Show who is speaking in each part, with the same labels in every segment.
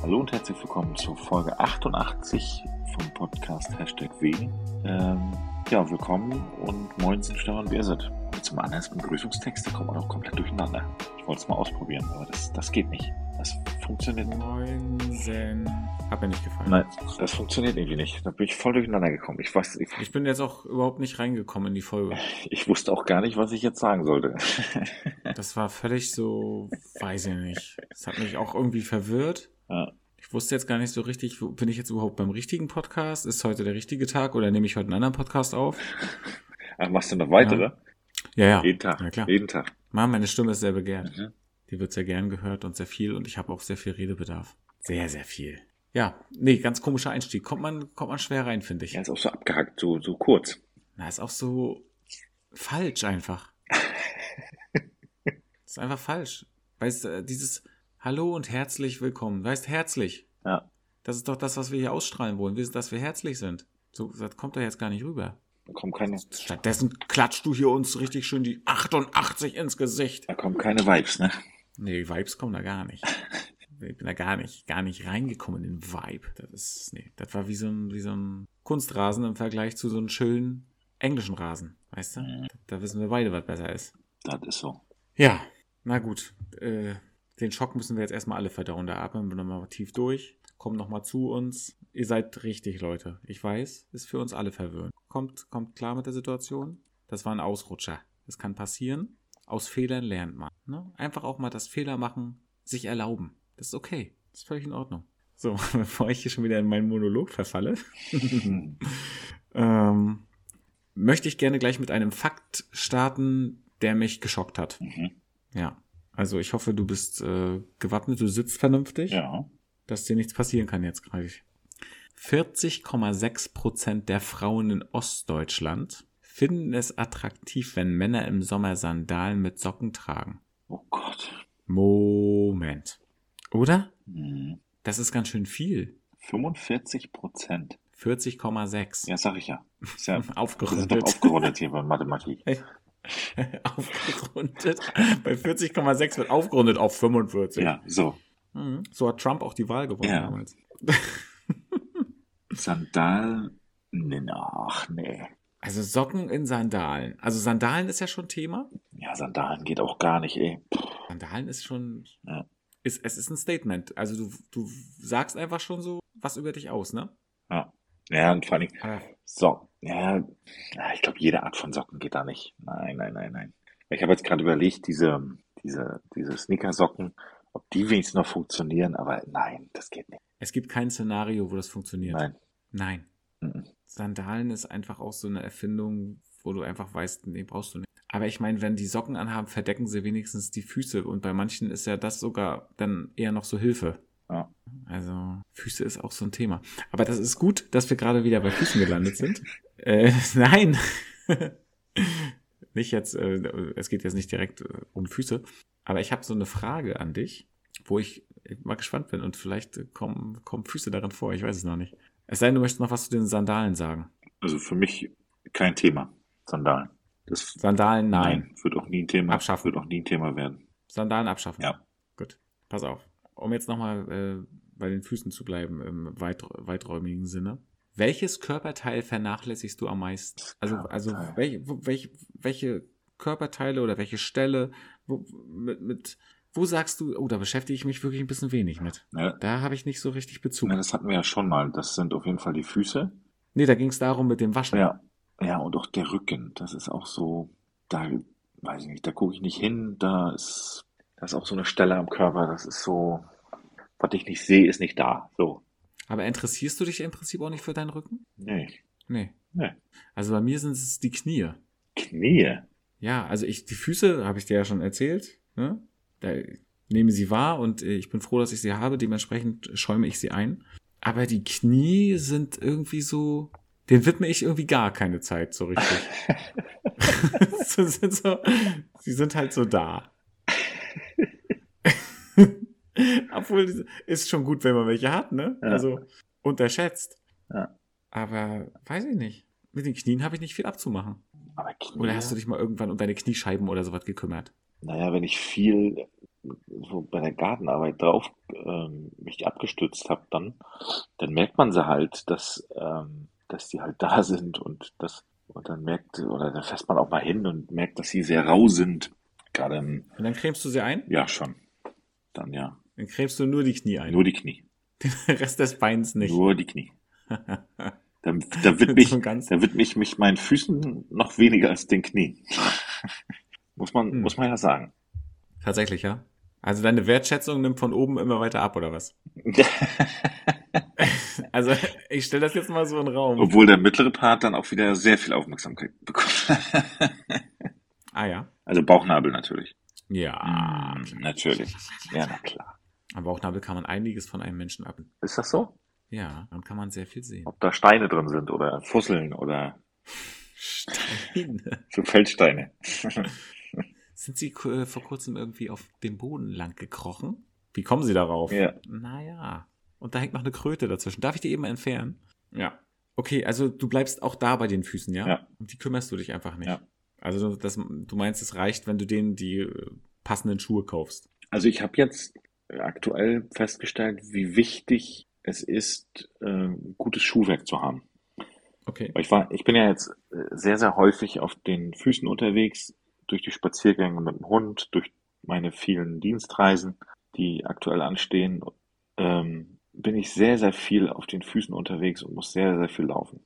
Speaker 1: Hallo und herzlich willkommen zur Folge 88 vom Podcast Hashtag W. Ähm, ja, willkommen und moin sind Stefan Birsit. Mit zum anderen Begrüßungstext, da kommt man auch komplett durcheinander. Ich wollte es mal ausprobieren, aber das, das geht nicht. Das funktioniert nicht.
Speaker 2: Moinsen. Hat mir nicht gefallen.
Speaker 1: Nein, das funktioniert irgendwie nicht. Da bin ich voll durcheinander gekommen. Ich, weiß, ich,
Speaker 2: Ich bin jetzt auch überhaupt nicht reingekommen in die Folge.
Speaker 1: ich wusste auch gar nicht, was ich jetzt sagen sollte.
Speaker 2: Das war völlig so, weiß ich nicht. Das hat mich auch irgendwie verwirrt.
Speaker 1: Ja.
Speaker 2: Ich wusste jetzt gar nicht so richtig, wo- bin ich jetzt überhaupt beim richtigen Podcast? Ist heute der richtige Tag oder nehme ich heute einen anderen Podcast auf?
Speaker 1: Ach, machst du noch weitere?
Speaker 2: Ja, ja.
Speaker 1: Jeden Tag.
Speaker 2: Na klar.
Speaker 1: Jeden Tag.
Speaker 2: Mann, meine Stimme ist sehr begehrt.
Speaker 1: Mhm.
Speaker 2: Die wird sehr gern gehört und sehr viel und ich habe auch sehr viel Redebedarf. Sehr, sehr viel. Ja, nee, ganz komischer Einstieg. Kommt man, kommt man schwer rein, finde ich.
Speaker 1: Ja, ist auch so abgehackt, so, so kurz.
Speaker 2: Na, ist auch so falsch einfach. ist einfach falsch. Weißt du, dieses Hallo und herzlich willkommen. Weißt herzlich.
Speaker 1: Ja.
Speaker 2: Das ist doch das, was wir hier ausstrahlen wollen. Wir sind, dass wir herzlich sind. So, das kommt doch jetzt gar nicht rüber.
Speaker 1: Da kommen keine,
Speaker 2: Stattdessen klatscht du hier uns richtig schön die 88 ins Gesicht.
Speaker 1: da kommen keine Vibes, ne?
Speaker 2: Nee, die Vibes kommen da gar nicht. Ich bin da gar nicht, gar nicht reingekommen in den Vibe. Das ist, nee, das war wie so ein, wie so ein Kunstrasen im Vergleich zu so einem schönen englischen Rasen. Weißt du? Da, da wissen wir beide, was besser ist.
Speaker 1: Das ist so.
Speaker 2: Ja, na gut. Äh, den Schock müssen wir jetzt erstmal alle verdauen. Da atmen wir nochmal tief durch. Kommt nochmal zu uns. Ihr seid richtig, Leute. Ich weiß, ist für uns alle verwirrend. Kommt, kommt klar mit der Situation. Das war ein Ausrutscher. Das kann passieren. Aus Fehlern lernt man. Ne? Einfach auch mal das Fehler machen, sich erlauben. Das ist okay. Das ist völlig in Ordnung. So, bevor ich hier schon wieder in meinen Monolog verfalle,
Speaker 1: Mhm.
Speaker 2: ähm, möchte ich gerne gleich mit einem Fakt starten, der mich geschockt hat.
Speaker 1: Mhm.
Speaker 2: Ja. Also ich hoffe, du bist äh, gewappnet, du sitzt vernünftig,
Speaker 1: Ja.
Speaker 2: dass dir nichts passieren kann jetzt gerade. 40,6 Prozent der Frauen in Ostdeutschland finden es attraktiv, wenn Männer im Sommer Sandalen mit Socken tragen.
Speaker 1: Oh Gott.
Speaker 2: Moment. Oder?
Speaker 1: Mhm.
Speaker 2: Das ist ganz schön viel.
Speaker 1: 45 Prozent.
Speaker 2: 40,6.
Speaker 1: Ja, sag ich ja. Ist ja wir sind doch
Speaker 2: Aufgerundet.
Speaker 1: aufgerundet hier bei Mathematik.
Speaker 2: aufgerundet. Bei 40,6 wird aufgerundet auf 45.
Speaker 1: Ja, so.
Speaker 2: Mhm. So hat Trump auch die Wahl gewonnen
Speaker 1: Ja.
Speaker 2: damals.
Speaker 1: Sandalen. Nee, ach, nee.
Speaker 2: Also Socken in Sandalen. Also Sandalen ist ja schon Thema.
Speaker 1: Ja, Sandalen geht auch gar nicht, ey.
Speaker 2: Sandalen ist schon.
Speaker 1: Ja.
Speaker 2: Ist, es ist ein Statement. Also du, du sagst einfach schon so was über dich aus, ne?
Speaker 1: Ja. Ja, und vor allem,
Speaker 2: Aber
Speaker 1: so. Ja, ja, ich glaube, jede Art von Socken geht da nicht. Nein, nein, nein, nein. Ich habe jetzt gerade überlegt, diese, diese, diese Sneakersocken, ob die wenigstens noch funktionieren, aber nein, das geht nicht.
Speaker 2: es gibt kein Szenario, wo das funktioniert.
Speaker 1: Nein.
Speaker 2: Nein.
Speaker 1: Mhm.
Speaker 2: Sandalen ist einfach auch so eine Erfindung, wo du einfach weißt, nee, brauchst du nicht. Aber ich meine, wenn die Socken anhaben, verdecken sie wenigstens die Füße. Und bei manchen ist ja das sogar dann eher noch so Hilfe.
Speaker 1: Ja.
Speaker 2: Also Füße ist auch so ein Thema. Aber das ist gut, dass wir gerade wieder bei Füßen gelandet sind. Äh, nein. nicht jetzt, äh, es geht jetzt nicht direkt äh, um Füße. Aber ich habe so eine Frage an dich, wo ich mal gespannt bin. Und vielleicht äh, kommen, kommen Füße darin vor. Ich weiß es noch nicht. Es sei denn, du möchtest noch was zu den Sandalen sagen.
Speaker 1: Also für mich kein Thema, Sandalen. Das,
Speaker 2: Sandalen, nein.
Speaker 1: nein, wird auch nie ein Thema,
Speaker 2: Abschaffen.
Speaker 1: wird auch nie ein Thema werden.
Speaker 2: Sandalen abschaffen.
Speaker 1: Ja.
Speaker 2: Gut. Pass auf. Um jetzt nochmal äh, bei den Füßen zu bleiben, im weit, weiträumigen Sinne. Welches Körperteil vernachlässigst du am meisten? Also, also
Speaker 1: Körperteil.
Speaker 2: welche, wo- welche, welche Körperteile oder welche Stelle, wo, mit, mit, wo sagst du, oh, da beschäftige ich mich wirklich ein bisschen wenig mit.
Speaker 1: Ne?
Speaker 2: Da habe ich nicht so richtig Bezug.
Speaker 1: Ne, das hatten wir ja schon mal. Das sind auf jeden Fall die Füße.
Speaker 2: Nee, da ging es darum mit dem Waschen.
Speaker 1: Ja. Ja, und auch der Rücken. Das ist auch so, da weiß ich nicht, da gucke ich nicht hin. Da ist, da ist auch so eine Stelle am Körper. Das ist so, was ich nicht sehe, ist nicht da. So.
Speaker 2: Aber interessierst du dich im Prinzip auch nicht für deinen Rücken?
Speaker 1: Nee.
Speaker 2: Nee.
Speaker 1: Nee.
Speaker 2: Also bei mir sind es die Knie.
Speaker 1: Knie.
Speaker 2: Ja, also ich, die Füße habe ich dir ja schon erzählt. Ne? Da nehme sie wahr und äh, ich bin froh, dass ich sie habe. Dementsprechend schäume ich sie ein. Aber die Knie sind irgendwie so, den widme ich irgendwie gar keine Zeit so richtig. sie, sind so, sie sind halt so da. Obwohl, ist schon gut, wenn man welche hat, ne?
Speaker 1: Ja.
Speaker 2: Also unterschätzt.
Speaker 1: Ja.
Speaker 2: Aber weiß ich nicht. Mit den Knien habe ich nicht viel abzumachen.
Speaker 1: Aber Knie.
Speaker 2: Oder hast du dich mal irgendwann um deine Kniescheiben oder sowas gekümmert?
Speaker 1: Naja, wenn ich viel äh, so bei der Gartenarbeit drauf ähm, mich abgestützt habe, dann, dann merkt man sie halt, dass, ähm, dass die halt da sind und das und dann merkt, oder dann fässt man auch mal hin und merkt, dass sie sehr rau sind. Gerade im,
Speaker 2: Und dann cremst du sie ein?
Speaker 1: ja schon. Dann ja.
Speaker 2: Dann cremst du nur die Knie ein.
Speaker 1: Nur die Knie.
Speaker 2: Den Rest des Beins nicht.
Speaker 1: Nur die Knie. Da, da widme ich,
Speaker 2: Zum Ganzen.
Speaker 1: da widme ich mich meinen Füßen noch weniger als den Knien. muss man,
Speaker 2: Hm.
Speaker 1: muss man ja sagen.
Speaker 2: Tatsächlich, ja. Also deine Wertschätzung nimmt von oben immer weiter ab, oder was? Also ich stelle das jetzt mal so in den Raum.
Speaker 1: Obwohl der mittlere Part dann auch wieder sehr viel Aufmerksamkeit bekommt.
Speaker 2: Ah ja.
Speaker 1: Also Bauchnabel natürlich.
Speaker 2: Ja.
Speaker 1: Mm, natürlich. Ja, na klar.
Speaker 2: Am Bauchnabel kann man einiges von einem Menschen ab.
Speaker 1: Ist das so?
Speaker 2: Ja, dann kann man sehr viel sehen.
Speaker 1: Ob da Steine drin sind oder Fusseln oder
Speaker 2: Steine.
Speaker 1: so Feldsteine.
Speaker 2: Sind sie äh, vor kurzem irgendwie auf dem Boden lang gekrochen? Wie kommen sie darauf?
Speaker 1: Ja.
Speaker 2: Naja. Und da hängt noch eine Kröte dazwischen. Darf ich die eben entfernen? Ja. Okay, also du bleibst auch da bei den Füßen, ja?
Speaker 1: Ja.
Speaker 2: Um die kümmerst du dich einfach nicht.
Speaker 1: Ja.
Speaker 2: Also das, du meinst, es reicht, wenn du denen die äh, passenden Schuhe kaufst.
Speaker 1: Also ich habe jetzt aktuell festgestellt, wie wichtig es ist, äh, gutes Schuhwerk zu haben.
Speaker 2: Okay.
Speaker 1: Ich war, ich bin ja jetzt äh, sehr, sehr häufig auf den Füßen unterwegs, durch die Spaziergänge mit dem Hund, durch meine vielen Dienstreisen, die aktuell anstehen, ähm, bin ich sehr, sehr viel auf den Füßen unterwegs und muss sehr, sehr viel laufen.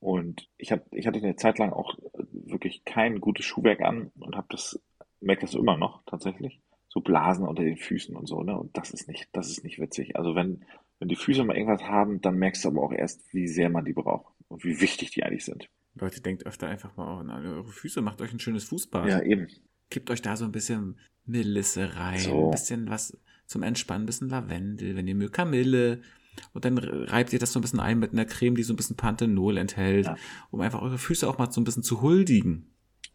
Speaker 1: Und ich hab, ich hatte eine Zeit lang auch äh, wirklich kein gutes Schuhwerk an und habe das, merke das immer noch tatsächlich. So Blasen unter den Füßen und so, ne? Und das ist nicht, das ist nicht witzig. Also wenn, wenn die Füße mal irgendwas haben, dann merkst du aber auch erst, wie sehr man die braucht und wie wichtig die eigentlich sind.
Speaker 2: Leute, denkt öfter einfach mal an eure Füße, macht euch ein schönes Fußbad.
Speaker 1: Ja, eben.
Speaker 2: Kippt euch da so ein bisschen Melisse rein,
Speaker 1: So.
Speaker 2: ein bisschen was zum Entspannen, ein bisschen Lavendel, wenn ihr mögt, Kamille. Und dann reibt ihr das so ein bisschen ein mit einer Creme, die so ein bisschen Panthenol enthält,
Speaker 1: Ja.
Speaker 2: um einfach eure Füße auch mal so ein bisschen zu huldigen.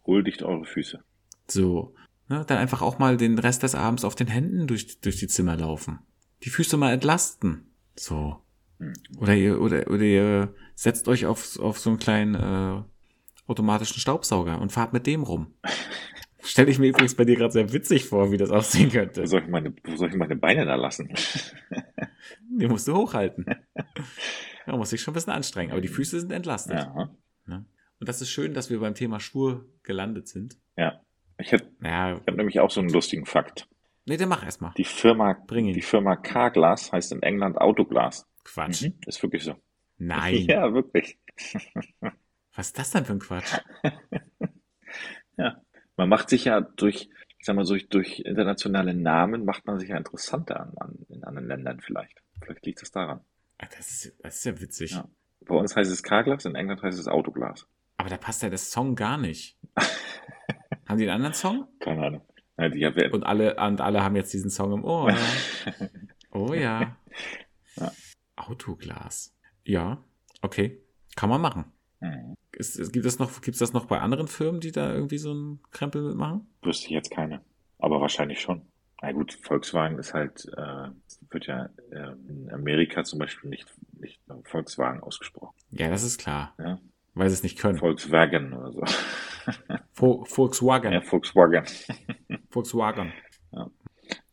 Speaker 1: Huldigt eure Füße.
Speaker 2: So. Ne? Dann einfach auch mal den Rest des Abends auf den Händen durch, durch die Zimmer laufen. Die Füße mal entlasten. So.
Speaker 1: Hm.
Speaker 2: Oder ihr, oder, oder ihr setzt euch auf, auf so einen kleinen äh, automatischen Staubsauger und fahrt mit dem rum. Stelle ich mir übrigens bei dir gerade sehr witzig vor, wie das aussehen könnte.
Speaker 1: Wo soll ich meine, wo soll ich meine Beine da lassen?
Speaker 2: Den musst du hochhalten. Da muss ich schon ein bisschen anstrengen, aber die Füße sind entlastet.
Speaker 1: ja.
Speaker 2: Und das ist schön, dass wir beim Thema Schuhe gelandet sind.
Speaker 1: Ich hätte
Speaker 2: Naja,
Speaker 1: ich hab nämlich auch so einen lustigen Fakt.
Speaker 2: nee, dann mach erstmal.
Speaker 1: Die Firma,
Speaker 2: Bring ihn.
Speaker 1: die Firma K-Glas heißt in England Autoglas.
Speaker 2: Quatsch.
Speaker 1: Ist wirklich so.
Speaker 2: Nein.
Speaker 1: Mhm. Ja, wirklich.
Speaker 2: Was ist das denn für ein Quatsch?
Speaker 1: Man macht sich ja durch, ich sag mal, durch, durch internationale Namen macht man sich ja interessanter an, an, in anderen Ländern vielleicht. Vielleicht liegt das daran.
Speaker 2: Ah, Das ist, das ist ja witzig.
Speaker 1: Ja. Bei uns heißt es K-Glas, in England heißt es Autoglas.
Speaker 2: Aber da passt ja das Song gar nicht. haben die einen anderen Song?
Speaker 1: Keine Ahnung. Nein, die ja, wer-
Speaker 2: Und alle, und alle haben jetzt diesen Song im Ohr. Oh ja.
Speaker 1: Ja.
Speaker 2: Autoglas. Ja, okay. Kann man machen.
Speaker 1: Hm,
Speaker 2: Ist, ist, gibt es noch, gibt's das noch bei anderen Firmen, die da irgendwie so einen Krempel mitmachen?
Speaker 1: wüsste ich jetzt keine. Aber wahrscheinlich schon. Na gut, Volkswagen ist halt, äh, wird ja äh, in Amerika zum Beispiel nicht, nicht Volkswagen ausgesprochen.
Speaker 2: Ja, das ist klar.
Speaker 1: Ja.
Speaker 2: Weil sie es nicht können.
Speaker 1: Volkswagen oder so.
Speaker 2: Vo- Volkswagen.
Speaker 1: Ja, Volkswagen.
Speaker 2: Volkswagen.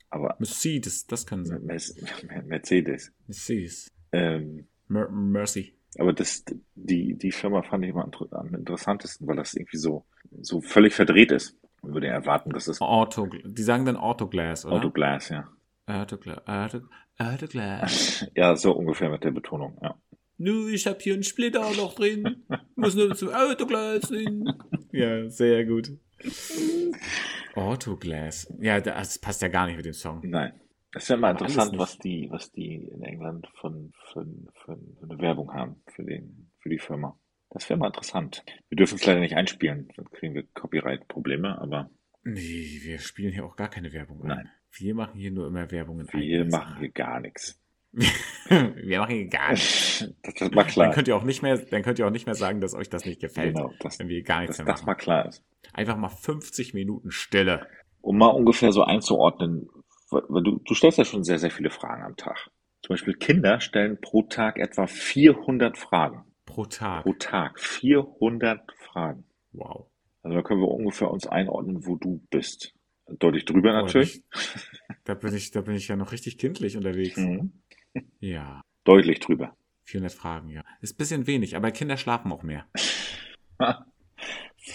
Speaker 1: Aber
Speaker 2: Mercedes, das können sie.
Speaker 1: Mer- Mercedes.
Speaker 2: Mercedes.
Speaker 1: Ähm,
Speaker 2: Mer Mercy.
Speaker 1: Aber das, die, die Firma fand ich immer inter- am interessantesten, weil das irgendwie so, so völlig verdreht ist. Man würde ja erwarten, dass das
Speaker 2: Auto, die sagen dann Autoglas, oder?
Speaker 1: Autoglas, ja.
Speaker 2: Autoglas. Auto, Autoglas.
Speaker 1: Ja, so ungefähr mit der Betonung, ja.
Speaker 2: Nu, ich hab hier ein Splitterloch drin. Muss nur zum Autoglas hin. Ja, sehr gut. Autoglas. Ja, das passt ja gar nicht mit dem Song.
Speaker 1: Nein. Das ist ja immer
Speaker 2: Aber alles
Speaker 1: interessant,
Speaker 2: nicht.
Speaker 1: was die, was die in England von, von, von, von eine Werbung haben für den, für die Firma. Das wäre mal interessant. Wir dürfen es leider nicht einspielen, sonst kriegen wir Copyright-Probleme, aber
Speaker 2: Nee, wir spielen hier auch gar keine Werbung. an.
Speaker 1: Nein.
Speaker 2: Wir machen hier nur immer Werbung in
Speaker 1: wir
Speaker 2: eigener
Speaker 1: machen
Speaker 2: Sache.
Speaker 1: hier gar nichts.
Speaker 2: wir machen hier gar nichts.
Speaker 1: Das ist mal
Speaker 2: Dann halt
Speaker 1: klar.
Speaker 2: könnt ihr auch nicht mehr, dann könnt ihr auch nicht mehr sagen, dass euch das nicht gefällt,
Speaker 1: Genau, dass,
Speaker 2: wenn wir gar nichts
Speaker 1: dass
Speaker 2: mehr
Speaker 1: das
Speaker 2: machen.
Speaker 1: mal klar ist.
Speaker 2: Einfach mal 50 Minuten Stille.
Speaker 1: Um mal ungefähr so einzuordnen, weil du, du stellst ja schon sehr, sehr viele Fragen am Tag. Zum Beispiel Kinder stellen pro Tag etwa 400 Fragen.
Speaker 2: Pro Tag.
Speaker 1: Pro Tag 400 Fragen.
Speaker 2: Wow.
Speaker 1: Also da können wir ungefähr uns einordnen, wo du bist. Deutlich drüber
Speaker 2: Boah,
Speaker 1: natürlich.
Speaker 2: Da bin ich, da bin ich ja noch richtig kindlich unterwegs.
Speaker 1: Mhm.
Speaker 2: Ja,
Speaker 1: Deutlich drüber.
Speaker 2: 400 Fragen, ja. Ist ein bisschen wenig, aber Kinder schlafen auch mehr.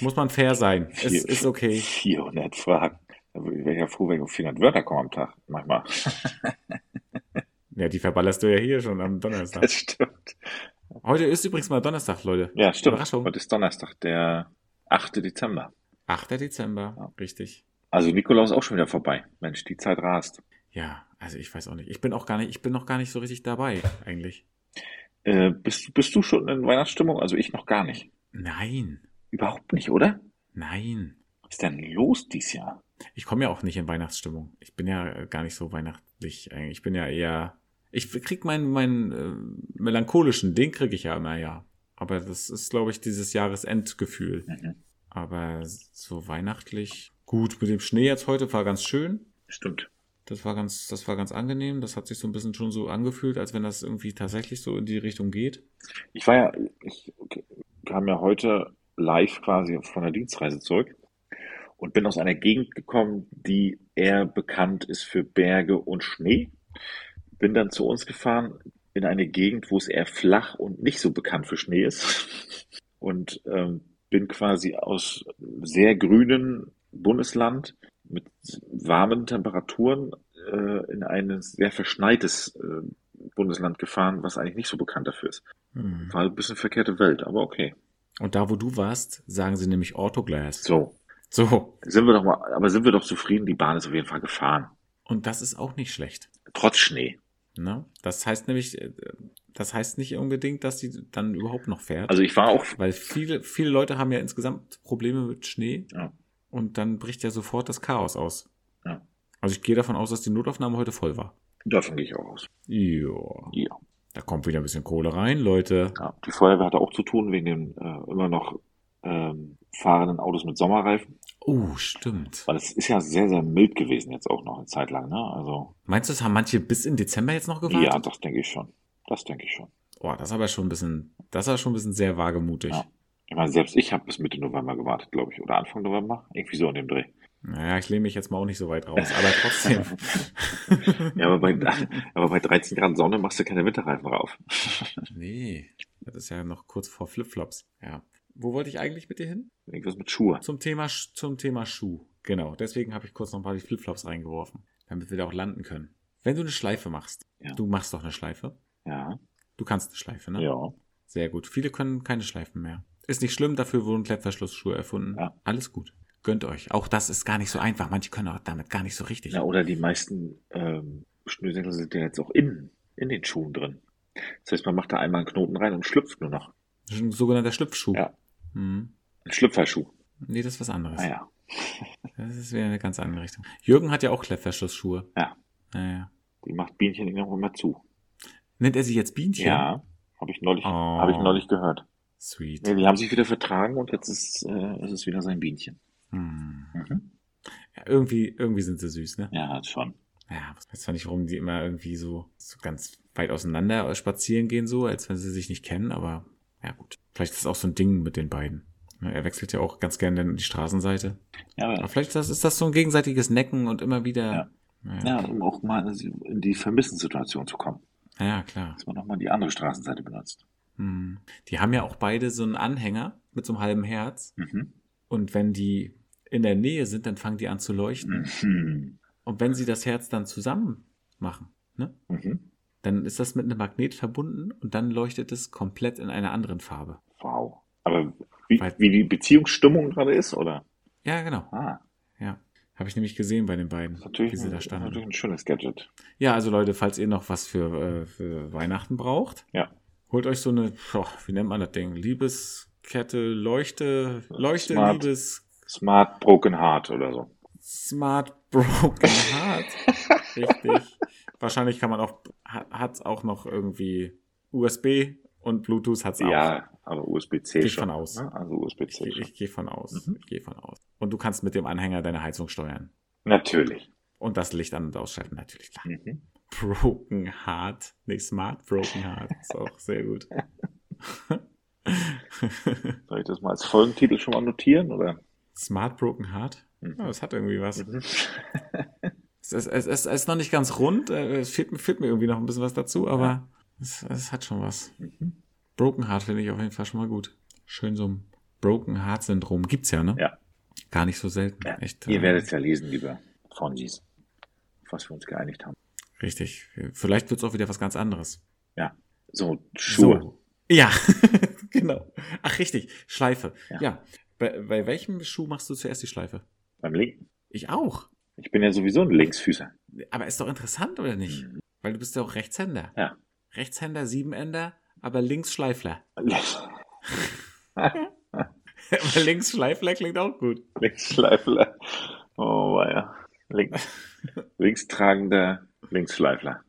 Speaker 2: Muss man fair sein. Es
Speaker 1: Vier-
Speaker 2: ist okay.
Speaker 1: 400 Fragen. Da wäre ich ja froh, wenn ich auf 400 Wörter komme am Tag. Manchmal.
Speaker 2: Ja, die verballerst du ja hier schon am Donnerstag.
Speaker 1: Das stimmt.
Speaker 2: Heute ist übrigens mal Donnerstag, Leute.
Speaker 1: Ja, stimmt.
Speaker 2: Überraschung.
Speaker 1: Heute ist Donnerstag, der 8. Dezember.
Speaker 2: 8. Dezember,
Speaker 1: Ja.
Speaker 2: richtig.
Speaker 1: Also Nikolaus auch schon wieder vorbei. Mensch, die Zeit rast.
Speaker 2: Ja, also ich weiß auch nicht. Ich bin auch gar nicht, ich bin noch gar nicht so richtig dabei, eigentlich.
Speaker 1: Äh, bist, bist du schon in Weihnachtsstimmung? Also ich noch gar nicht.
Speaker 2: Nein,
Speaker 1: Überhaupt nicht, oder?
Speaker 2: nein.
Speaker 1: Was ist denn los dieses Jahr?
Speaker 2: Ich komme ja auch nicht in Weihnachtsstimmung. Ich bin ja äh, gar nicht so weihnachtlich eigentlich. Ich bin ja eher. Ich krieg meinen meinen äh, melancholischen, den krieg ich ja immer, ja. Aber das ist, glaube ich, dieses Jahresendgefühl.
Speaker 1: Mhm.
Speaker 2: Aber so weihnachtlich. Gut, mit dem Schnee jetzt heute war ganz schön.
Speaker 1: Stimmt.
Speaker 2: Das war ganz, das war ganz angenehm. Das hat sich so ein bisschen schon so angefühlt, als wenn das irgendwie tatsächlich so in die Richtung geht.
Speaker 1: Ich war ja, ich kam ja heute live quasi von der Dienstreise zurück und bin aus einer Gegend gekommen, die eher bekannt ist für Berge und Schnee. Bin dann zu uns gefahren in eine Gegend, wo es eher flach und nicht so bekannt für Schnee ist. Und ähm, bin quasi aus sehr grünen Bundesland mit warmen Temperaturen äh, in ein sehr verschneites äh, Bundesland gefahren, was eigentlich nicht so bekannt dafür ist.
Speaker 2: Hm.
Speaker 1: War ein bisschen verkehrte Welt, aber okay.
Speaker 2: Und da, wo du warst, sagen sie nämlich Orthoglas.
Speaker 1: So,
Speaker 2: So.
Speaker 1: sind wir doch mal, aber sind wir doch zufrieden, die Bahn ist auf jeden Fall gefahren.
Speaker 2: Und das ist auch nicht schlecht.
Speaker 1: Trotz Schnee.
Speaker 2: Ne? Das heißt nämlich, äh, das heißt nicht unbedingt, dass die dann überhaupt noch fährt.
Speaker 1: Also ich war auch,
Speaker 2: weil viele, viele Leute haben ja insgesamt Probleme mit Schnee
Speaker 1: Ja.
Speaker 2: und dann bricht ja sofort das Chaos aus.
Speaker 1: Ja.
Speaker 2: Also ich gehe davon aus, dass die Notaufnahme heute voll war.
Speaker 1: davon gehe ich auch aus.
Speaker 2: Jo.
Speaker 1: Ja.
Speaker 2: Da kommt wieder ein bisschen Kohle rein, Leute.
Speaker 1: ja. Die Feuerwehr hatte auch zu tun wegen den äh, immer noch ähm, fahrenden Autos mit Sommerreifen.
Speaker 2: Oh, stimmt.
Speaker 1: Weil es ist ja sehr, sehr mild gewesen jetzt auch noch eine Zeit lang, ne? Also,
Speaker 2: Meinst du, das haben manche bis in Dezember jetzt noch gewartet?
Speaker 1: ja, das denke ich schon. Das denke ich schon.
Speaker 2: Oh, das ist aber schon ein bisschen, das ist aber schon ein bisschen sehr wagemutig.
Speaker 1: Ja. Ich meine, selbst ich habe bis Mitte November gewartet, glaube ich. Oder Anfang November. Irgendwie so in dem Dreh.
Speaker 2: Naja, ich lehne mich jetzt mal auch nicht so weit raus, aber trotzdem.
Speaker 1: Ja, aber bei, aber bei 13 Grad Sonne machst du keine Winterreifen rauf.
Speaker 2: Nee, das ist ja noch kurz vor Flipflops. Ja. Wo wollte ich eigentlich mit dir hin?
Speaker 1: Irgendwas mit Schuhe.
Speaker 2: Zum Thema, Sch- zum Thema Schuh. Genau, deswegen habe ich kurz noch mal die Flipflops reingeworfen, damit wir da auch landen können. Wenn du eine Schleife machst,
Speaker 1: Ja.
Speaker 2: du machst doch eine Schleife.
Speaker 1: Ja.
Speaker 2: Du kannst eine Schleife, ne?
Speaker 1: Ja.
Speaker 2: Sehr gut. Viele können keine Schleifen mehr. Ist nicht schlimm, dafür wurden Klettverschlussschuhe erfunden.
Speaker 1: Ja.
Speaker 2: Alles gut. Gönnt euch. Auch das ist gar nicht so einfach. Manche können auch damit gar nicht so richtig.
Speaker 1: Na, oder die meisten ähm, Schnürsenkel sind ja jetzt auch innen, in den Schuhen drin. Das heißt, man macht da einmal einen Knoten rein und schlüpft nur noch.
Speaker 2: Das ist ein sogenannter Schlüpfschuh.
Speaker 1: Ja.
Speaker 2: Hm.
Speaker 1: Ein Schlüpferschuh.
Speaker 2: Nee, das ist was anderes.
Speaker 1: Naja.
Speaker 2: Das ist wieder eine ganz andere Richtung. Jürgen hat ja auch Klettverschlussschuhe.
Speaker 1: Ja.
Speaker 2: Naja.
Speaker 1: Die macht Bienchen irgendwann mal zu.
Speaker 2: Nennt er sie jetzt Bienchen?
Speaker 1: Ja. Habe ich neulich,
Speaker 2: Oh.
Speaker 1: habe ich neulich gehört.
Speaker 2: Sweet.
Speaker 1: Nee, die haben sich wieder vertragen und jetzt ist, äh, ist es wieder sein Bienchen.
Speaker 2: Hm.
Speaker 1: Mhm.
Speaker 2: Ja, irgendwie, irgendwie sind sie süß, ne?
Speaker 1: Ja, schon.
Speaker 2: Ja, ich weiß zwar nicht, warum die immer irgendwie so, so ganz weit auseinander spazieren gehen, so, als wenn sie sich nicht kennen, aber ja gut. Vielleicht ist das auch so ein Ding mit den beiden. Ne, Er wechselt ja auch ganz gerne die Straßenseite.
Speaker 1: Ja,
Speaker 2: Aber
Speaker 1: aber,
Speaker 2: vielleicht ist das, ist das so ein gegenseitiges Necken und immer wieder.
Speaker 1: Ja.
Speaker 2: Naja,
Speaker 1: ja, um auch mal in die Vermissenssituation zu kommen.
Speaker 2: ja. ja klar.
Speaker 1: Dass man nochmal die andere Straßenseite benutzt.
Speaker 2: Hm. Die haben ja auch beide so einen Anhänger mit so einem halben Herz.
Speaker 1: Mhm.
Speaker 2: Und wenn die in der Nähe sind, dann fangen die an zu leuchten.
Speaker 1: Mhm.
Speaker 2: Und wenn sie das Herz dann zusammen machen, ne,
Speaker 1: Mhm.
Speaker 2: dann ist das mit einem Magnet verbunden und dann leuchtet es komplett in einer anderen Farbe.
Speaker 1: Wow. Aber wie,
Speaker 2: Weil-
Speaker 1: wie die Beziehungsstimmung gerade ist, oder?
Speaker 2: Ja, genau.
Speaker 1: Ah.
Speaker 2: Ja. Habe ich nämlich gesehen bei den beiden,
Speaker 1: Das ist natürlich,
Speaker 2: wie sie
Speaker 1: ein,
Speaker 2: da
Speaker 1: das ist natürlich
Speaker 2: standen.
Speaker 1: ein schönes Gadget.
Speaker 2: Ja, also Leute, falls ihr noch was für, äh, für Weihnachten braucht,
Speaker 1: Ja.
Speaker 2: holt euch so eine, boah, wie nennt man das Ding? Liebeskette, Leuchte, Leuchte,
Speaker 1: Smart.
Speaker 2: Liebes,
Speaker 1: Smart Broken Heart oder so.
Speaker 2: Smart Broken Heart. Richtig. Wahrscheinlich kann man auch, hat es auch noch irgendwie USB und Bluetooth hat es auch.
Speaker 1: Ja, also aber USB-C
Speaker 2: Geht
Speaker 1: schon.
Speaker 2: von aus.
Speaker 1: Ne? Also
Speaker 2: Ich,
Speaker 1: USB-C
Speaker 2: geh-
Speaker 1: schon.
Speaker 2: ich gehe von aus.
Speaker 1: Mhm.
Speaker 2: Ich gehe von aus. Und du kannst mit dem Anhänger deine Heizung steuern.
Speaker 1: Natürlich.
Speaker 2: Und das Licht an- und ausschalten, natürlich, klar.
Speaker 1: Mhm.
Speaker 2: Broken Heart. Nee, Smart Broken Heart. Ist auch sehr gut.
Speaker 1: Soll ich das mal als Folgentitel schon mal notieren? Oder?
Speaker 2: Smart Broken Heart?
Speaker 1: Mhm.
Speaker 2: Ja, das hat irgendwie was. es, ist, es, ist, es ist noch nicht ganz rund, äh, es fehlt, mir- fehlt mir irgendwie noch ein bisschen was dazu, aber es, es hat schon was.
Speaker 1: Mhm.
Speaker 2: Broken Heart finde ich auf jeden Fall schon mal gut. Schön so ein Broken Heart Syndrom gibt's ja, ne?
Speaker 1: Ja.
Speaker 2: Gar nicht so selten.
Speaker 1: Ja.
Speaker 2: Echt.
Speaker 1: Ihr
Speaker 2: äh,
Speaker 1: werdet es ja lesen, liebe Fonsis, auf was wir uns geeinigt haben.
Speaker 2: Richtig. Vielleicht wird's auch wieder was ganz anderes.
Speaker 1: So, Schuhe.
Speaker 2: So. Ja, genau. Ach, richtig. Schleife. Ja.
Speaker 1: Ja.
Speaker 2: Bei, bei welchem Schuh machst du zuerst die Schleife?
Speaker 1: Beim Linken.
Speaker 2: Ich auch.
Speaker 1: Ich bin ja sowieso ein Linksfüßer.
Speaker 2: Aber ist doch interessant, oder nicht?
Speaker 1: Mhm.
Speaker 2: Weil du bist ja auch Rechtshänder.
Speaker 1: Ja.
Speaker 2: Rechtshänder, Siebenender, aber Linksschleifler. aber Linksschleifler klingt auch gut.
Speaker 1: Linksschleifler. Oh, weia. Links. Linkstragender Linksschleifler.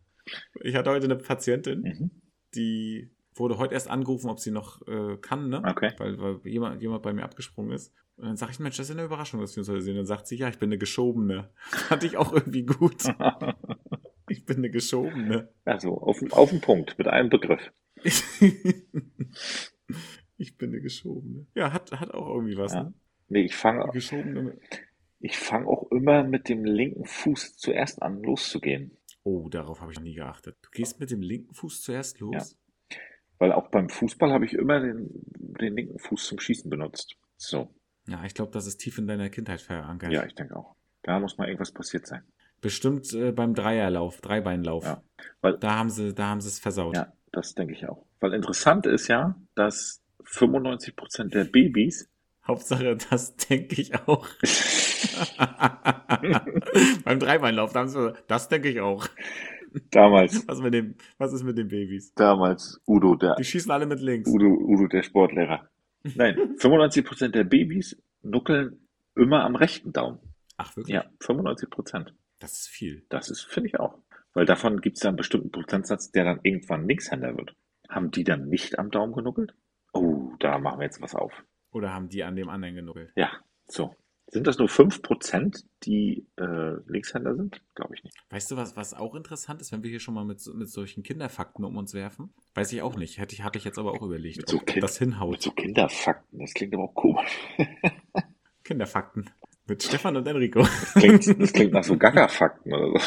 Speaker 2: Ich hatte heute eine Patientin,
Speaker 1: Mhm.
Speaker 2: die wurde heute erst angerufen, ob sie noch äh, kann, ne?
Speaker 1: Okay.
Speaker 2: Weil, weil jemand, jemand bei mir abgesprungen ist. Und dann sage ich, Mensch, das ist ja eine Überraschung, dass wir uns heute sehen. Und dann sagt sie, ja, ich bin eine Geschobene. Fand ich auch irgendwie gut. Ich bin eine Geschobene.
Speaker 1: Also, auf, auf den Punkt, mit einem Begriff.
Speaker 2: ich bin eine Geschobene. Ja, hat, hat auch irgendwie was,
Speaker 1: Ja.
Speaker 2: ne?
Speaker 1: Nee, ich fange
Speaker 2: Die Geschobene. Mit
Speaker 1: ich fang auch immer mit dem linken Fuß zuerst an, loszugehen.
Speaker 2: oh, darauf habe ich noch nie geachtet. Du gehst mit dem linken Fuß zuerst los?
Speaker 1: Weil auch beim Fußball habe ich immer den, den linken Fuß zum Schießen benutzt. So,
Speaker 2: Ja, ich glaube, das ist tief in deiner Kindheit verankert.
Speaker 1: ja, ich denke auch. Da muss mal irgendwas passiert sein.
Speaker 2: Bestimmt äh, beim Dreierlauf, Dreibeinlauf.
Speaker 1: Ja. Weil-
Speaker 2: da haben sie, da haben sie es versaut.
Speaker 1: Ja, das denke ich auch. Weil interessant ist ja, dass 95% der Babys
Speaker 2: Hauptsache, das denke ich auch. beim Dreibeinlauf, da haben sie, das denke ich auch.
Speaker 1: damals,
Speaker 2: Was, mit dem, was ist mit den Babys?
Speaker 1: damals Udo, der
Speaker 2: Die schießen alle mit links.
Speaker 1: Udo, Udo, der Sportlehrer. Nein, 95% der Babys nuckeln immer am rechten Daumen.
Speaker 2: Ach, wirklich?
Speaker 1: Ja, 95%.
Speaker 2: Das ist viel.
Speaker 1: Das ist, finde ich auch. Weil davon gibt es dann einen bestimmten Prozentsatz, der dann irgendwann Linkshänder wird. Haben die dann nicht am Daumen genuckelt? Oh, da machen wir jetzt was auf.
Speaker 2: Oder haben die an dem anderen genuckelt?
Speaker 1: Ja, so. Sind das nur 5%, die äh, Linkshänder sind? Glaube ich nicht.
Speaker 2: Weißt du, was, was auch interessant ist, wenn wir hier schon mal mit, so- mit solchen Kinderfakten um uns werfen? Weiß ich auch nicht. Hätte ich, hatte ich jetzt aber auch überlegt,
Speaker 1: Mit so
Speaker 2: ob
Speaker 1: Kind-
Speaker 2: das
Speaker 1: Mit
Speaker 2: hinhaut.
Speaker 1: so Kinderfakten, das klingt aber auch komisch.
Speaker 2: Kinderfakten. Mit Stefan und Enrico.
Speaker 1: Das klingt, das klingt nach so Gaga-Fakten oder so.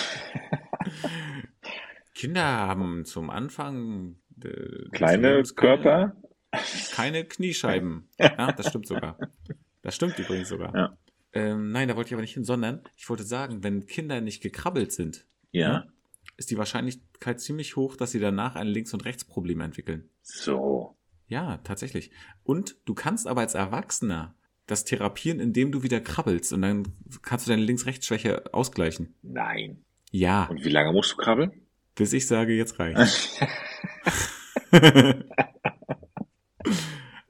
Speaker 2: Kinder haben zum Anfang äh, des
Speaker 1: Kleine
Speaker 2: Lebens keine-
Speaker 1: Körper,
Speaker 2: keine Kniescheiben. Ja, das stimmt sogar. Das stimmt übrigens sogar.
Speaker 1: Ja.
Speaker 2: Ähm, nein, da wollte ich aber nicht hin, sondern ich wollte sagen, wenn Kinder nicht gekrabbelt sind, ne,
Speaker 1: ja.
Speaker 2: ist die Wahrscheinlichkeit ziemlich hoch, dass sie danach ein Links- und Rechtsproblem entwickeln.
Speaker 1: So.
Speaker 2: Ja, tatsächlich. Und du kannst aber als Erwachsener das therapieren, indem du wieder krabbelst und dann kannst du deine Links-Rechts-Schwäche ausgleichen.
Speaker 1: Nein.
Speaker 2: Ja,
Speaker 1: Und wie lange musst du krabbeln?
Speaker 2: bis ich sage, jetzt reicht's.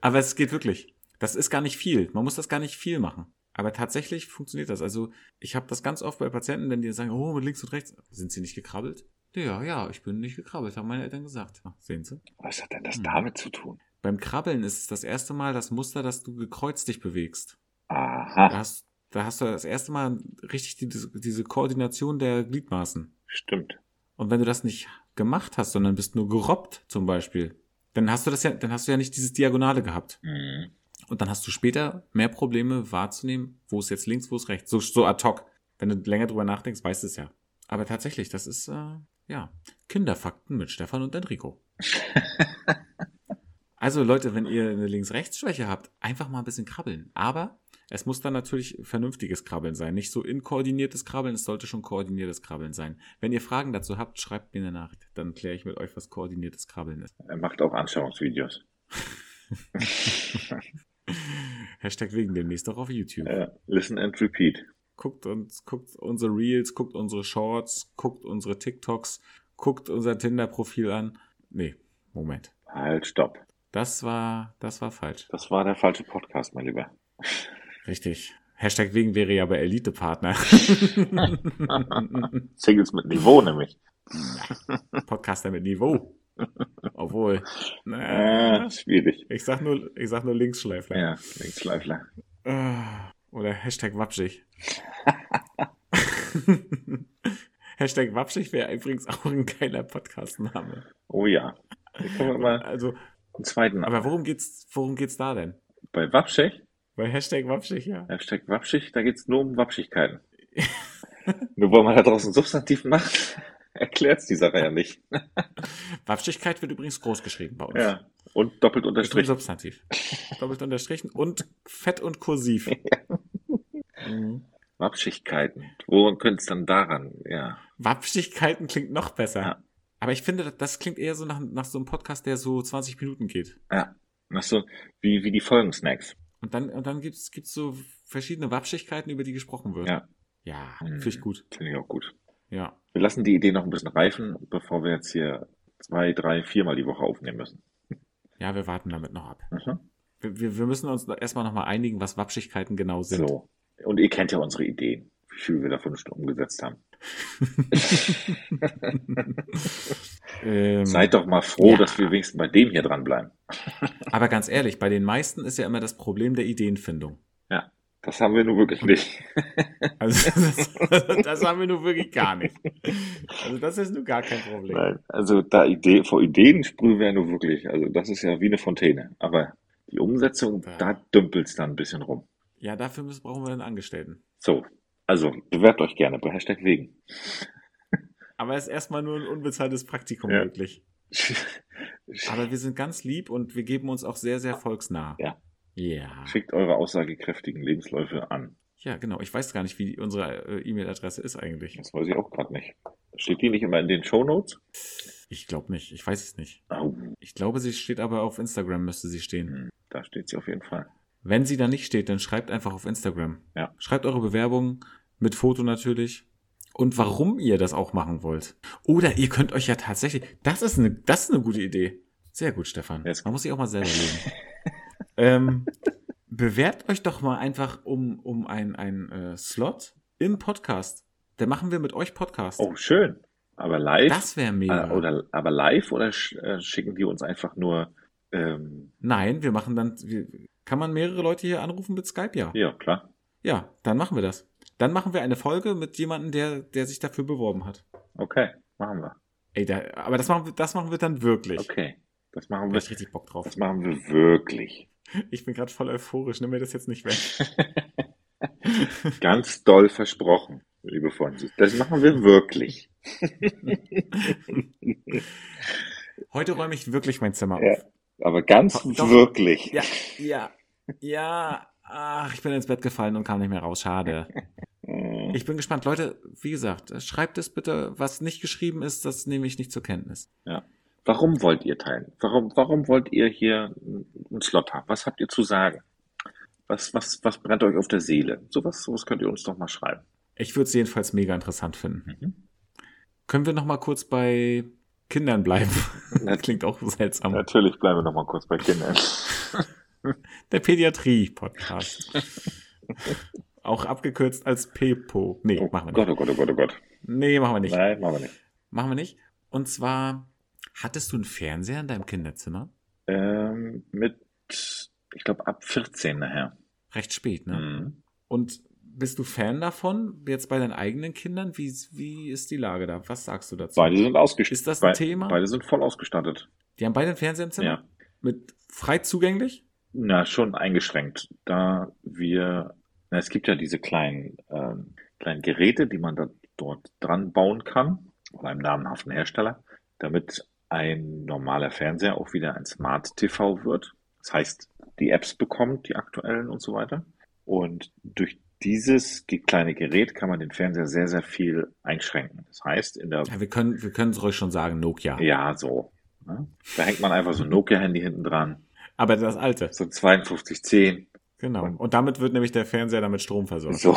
Speaker 2: aber es geht wirklich. Das ist gar nicht viel. Man muss das gar nicht viel machen. Aber tatsächlich funktioniert das. Also ich habe das ganz oft bei Patienten, wenn die sagen, oh, mit links und rechts, sind sie nicht gekrabbelt? Ja, ja, ich bin nicht gekrabbelt, haben meine Eltern gesagt. Ach, sehen Sie?
Speaker 1: Was hat denn das
Speaker 2: Hm.
Speaker 1: damit zu tun?
Speaker 2: Beim Krabbeln ist es das erste Mal das Muster, dass du gekreuzt dich bewegst. Da
Speaker 1: Aha,
Speaker 2: hast, da hast du das erste Mal richtig die, diese- diese Koordination der Gliedmaßen.
Speaker 1: stimmt.
Speaker 2: Und wenn du das nicht gemacht hast, sondern bist nur gerobbt zum Beispiel, dann hast du das ja, dann hast du ja nicht dieses Diagonale gehabt.
Speaker 1: Mhm.
Speaker 2: Und dann hast du später mehr Probleme wahrzunehmen, wo ist jetzt links, wo ist rechts. So, so ad hoc. Wenn du länger drüber nachdenkst, weißt du es ja. Aber tatsächlich, das ist, äh, ja, Kinderfakten mit Stefan und Enrico. also Leute, wenn ihr eine Links-Rechts-Schwäche habt, einfach mal ein bisschen krabbeln. Aber es muss dann natürlich vernünftiges Krabbeln sein. Nicht so inkoordiniertes Krabbeln, es sollte schon koordiniertes Krabbeln sein. Wenn ihr Fragen dazu habt, schreibt mir eine Nachricht. Dann kläre ich mit euch, was koordiniertes Krabbeln ist.
Speaker 1: Er macht auch Anschauungsvideos.
Speaker 2: Hashtag wegen demnächst auch auf YouTube.
Speaker 1: Äh, listen and repeat.
Speaker 2: guckt uns, guckt unsere Reels, guckt unsere Shorts, guckt unsere TikToks, guckt unser Tinder-Profil an. Nee, Moment.
Speaker 1: Halt, stopp.
Speaker 2: Das war, das war falsch.
Speaker 1: Das war der falsche Podcast, mein Lieber.
Speaker 2: Richtig. Hashtag wegen wäre ja bei Elite-Partner.
Speaker 1: Singles mit Niveau nämlich.
Speaker 2: Podcaster mit Niveau. Obwohl. Na,
Speaker 1: Ah, schwierig.
Speaker 2: ich sag nur, ich sag nur Linksschleifler.
Speaker 1: Ja, Linksschleifler.
Speaker 2: Ah, Oder Hashtag wapschig. Hashtag wapschig wäre übrigens auch ein geiler Podcastname.
Speaker 1: Oh ja. Hier können wir mal
Speaker 2: Also,
Speaker 1: einen zweiten.
Speaker 2: Aber worum geht's, worum geht's da denn?
Speaker 1: Bei Wapschech?
Speaker 2: Bei Hashtag Wapschig, ja.
Speaker 1: Hashtag Wapschig, da geht's nur um Wapschigkeiten. nur weil man da draußen Substantiv macht, erklärt's die Sache ja nicht.
Speaker 2: Wapschigkeit wird übrigens groß geschrieben bei uns.
Speaker 1: Ja. Und doppelt
Speaker 2: Mit dem
Speaker 1: unterstrichen.
Speaker 2: Substantiv. Doppelt unterstrichen und fett und kursiv. Mhm.
Speaker 1: Wapschigkeiten. Woran könnte es dann daran? Ja.
Speaker 2: Wapschigkeiten klingt noch besser.
Speaker 1: Ja.
Speaker 2: Aber ich finde, das klingt eher so nach, nach so einem Podcast, der so 20 Minuten geht.
Speaker 1: Ja. Ach so, wie, wie die Folgensnacks.
Speaker 2: Und dann, und dann gibt's, gibt's so verschiedene Wapschigkeiten, über die gesprochen wird.
Speaker 1: Ja.
Speaker 2: Ja,
Speaker 1: Mhm.
Speaker 2: finde ich gut.
Speaker 1: Finde ich auch gut.
Speaker 2: Ja.
Speaker 1: Wir lassen die Idee noch ein bisschen reifen, bevor wir jetzt hier zwei, drei, viermal die Woche aufnehmen müssen.
Speaker 2: Ja, wir warten damit noch ab.
Speaker 1: Mhm.
Speaker 2: Wir, wir, wir müssen uns erstmal nochmal einigen, was Wapschigkeiten genau sind.
Speaker 1: So. Und ihr kennt ja unsere Ideen, wie viel wir davon schon umgesetzt haben.
Speaker 2: Ähm,
Speaker 1: Seid doch mal froh,
Speaker 2: Ja.
Speaker 1: dass wir wenigstens bei dem hier dranbleiben.
Speaker 2: Aber ganz ehrlich, bei den meisten ist ja immer das Problem der Ideenfindung.
Speaker 1: Das haben wir nun wirklich nicht.
Speaker 2: Also das, das haben wir nun wirklich gar nicht. Also das ist nun gar kein Problem.
Speaker 1: Nein. Also da Idee, vor Ideen sprühen wir ja nun wirklich. Also das ist ja wie eine Fontäne. Aber die Umsetzung,
Speaker 2: Ja.
Speaker 1: da dümpelt's dann ein bisschen rum.
Speaker 2: Ja, dafür müssen, brauchen wir einen Angestellten.
Speaker 1: So, also bewerbt euch gerne bei Hashtag wegen.
Speaker 2: Aber es ist erstmal nur ein unbezahltes Praktikum
Speaker 1: Ja.
Speaker 2: möglich. Aber wir sind ganz lieb und wir geben uns auch sehr, sehr volksnah.
Speaker 1: Ja.
Speaker 2: Ja.
Speaker 1: Schickt eure aussagekräftigen Lebensläufe an.
Speaker 2: Ja, genau. Ich weiß gar nicht, wie die- unsere äh, E-Mail-Adresse ist eigentlich.
Speaker 1: Das weiß ich auch gerade nicht. Steht die nicht immer in den Shownotes?
Speaker 2: Ich glaube nicht. Ich weiß es nicht.
Speaker 1: Oh,
Speaker 2: Ich glaube, sie steht aber auf Instagram, müsste sie stehen.
Speaker 1: hm, da steht sie auf jeden Fall.
Speaker 2: Wenn sie da nicht steht, dann schreibt einfach auf Instagram.
Speaker 1: Ja.
Speaker 2: Schreibt eure Bewerbung mit Foto natürlich und warum ihr das auch machen wollt. Oder ihr könnt euch ja tatsächlich, das ist eine, das ist eine gute Idee. Sehr gut, Stefan.
Speaker 1: Jetzt-
Speaker 2: Man muss sich auch mal selber leben. ähm, bewerbt euch doch mal einfach um, um einen äh, Slot im Podcast. Dann machen wir mit euch Podcast.
Speaker 1: Oh, schön. Aber live?
Speaker 2: das wäre mega.
Speaker 1: äh, oder, aber live oder sch, äh, schicken die uns einfach nur, ähm,
Speaker 2: Nein, wir machen dann, wir, kann man mehrere Leute hier anrufen mit Skype? Ja.
Speaker 1: ja, klar.
Speaker 2: Ja, dann machen wir das. Dann machen wir eine Folge mit jemandem, der, der sich dafür beworben hat.
Speaker 1: Okay, machen wir.
Speaker 2: Ey, da, aber das machen, wir, das machen wir dann wirklich.
Speaker 1: Okay. Das machen
Speaker 2: Da hab
Speaker 1: wir,
Speaker 2: ich richtig Bock drauf.
Speaker 1: das machen wir wirklich.
Speaker 2: Ich bin gerade voll euphorisch, nimm mir das jetzt nicht weg.
Speaker 1: Ganz doll versprochen, liebe Freunde. Das machen wir wirklich.
Speaker 2: Heute räume ich wirklich mein Zimmer
Speaker 1: Ja.
Speaker 2: auf.
Speaker 1: Aber ganz
Speaker 2: Doch.
Speaker 1: wirklich.
Speaker 2: Ja, ja, ja. Ach, ich bin ins Bett gefallen und kam nicht mehr raus. Schade.
Speaker 1: Hm.
Speaker 2: Ich bin gespannt. Leute, wie gesagt, schreibt es bitte, was nicht geschrieben ist, das nehme ich nicht zur Kenntnis.
Speaker 1: Warum wollt ihr teilen? Warum, warum wollt ihr hier einen Slot haben? Was habt ihr zu sagen? Was, was, was brennt euch auf der Seele? Sowas, sowas könnt ihr uns doch mal schreiben.
Speaker 2: Ich würde es jedenfalls mega interessant finden.
Speaker 1: Mhm.
Speaker 2: Können wir noch mal kurz bei Kindern bleiben? Das klingt auch seltsam.
Speaker 1: Natürlich bleiben wir noch mal kurz bei Kindern.
Speaker 2: Der Pädiatrie-Podcast. Auch abgekürzt als PEPO. Nee,
Speaker 1: Oh
Speaker 2: machen wir
Speaker 1: Gott,
Speaker 2: nicht.
Speaker 1: oh Gott, oh Gott, oh Gott.
Speaker 2: Nee, machen wir nicht.
Speaker 1: Nein, machen wir nicht.
Speaker 2: Machen wir nicht. Und zwar, hattest du einen Fernseher in deinem Kinderzimmer?
Speaker 1: Ähm, mit, ich glaube, ab 14 nachher.
Speaker 2: Recht spät, ne?
Speaker 1: Mhm.
Speaker 2: Und bist du Fan davon? Jetzt bei deinen eigenen Kindern? Wie, wie ist die Lage da? Was sagst du dazu?
Speaker 1: Beide sind ausgestattet.
Speaker 2: Ist das ein
Speaker 1: Be-
Speaker 2: Thema?
Speaker 1: Beide sind voll ausgestattet.
Speaker 2: Die haben beide einen Fernseher im Zimmer?
Speaker 1: Ja.
Speaker 2: Mit frei zugänglich?
Speaker 1: Na, schon eingeschränkt. Da wir, na, es gibt ja diese kleinen, ähm, kleinen Geräte, die man da dort dran bauen kann, von einem namenhaften Hersteller, damit ein normaler Fernseher auch wieder ein Smart TV wird. Das heißt, die Apps bekommt, die aktuellen und so weiter. Und durch dieses ge- kleine Gerät kann man den Fernseher sehr, sehr viel einschränken. Das heißt, in der,
Speaker 2: Ja, wir können wir können es ruhig schon sagen, Nokia.
Speaker 1: ja, so. Ne? Da hängt man einfach so ein Nokia-Handy hinten dran,
Speaker 2: Aber das alte.
Speaker 1: so ein 5210.
Speaker 2: Genau.
Speaker 1: Und-
Speaker 2: Und damit wird nämlich der Fernseher damit Strom versorgt.
Speaker 1: So.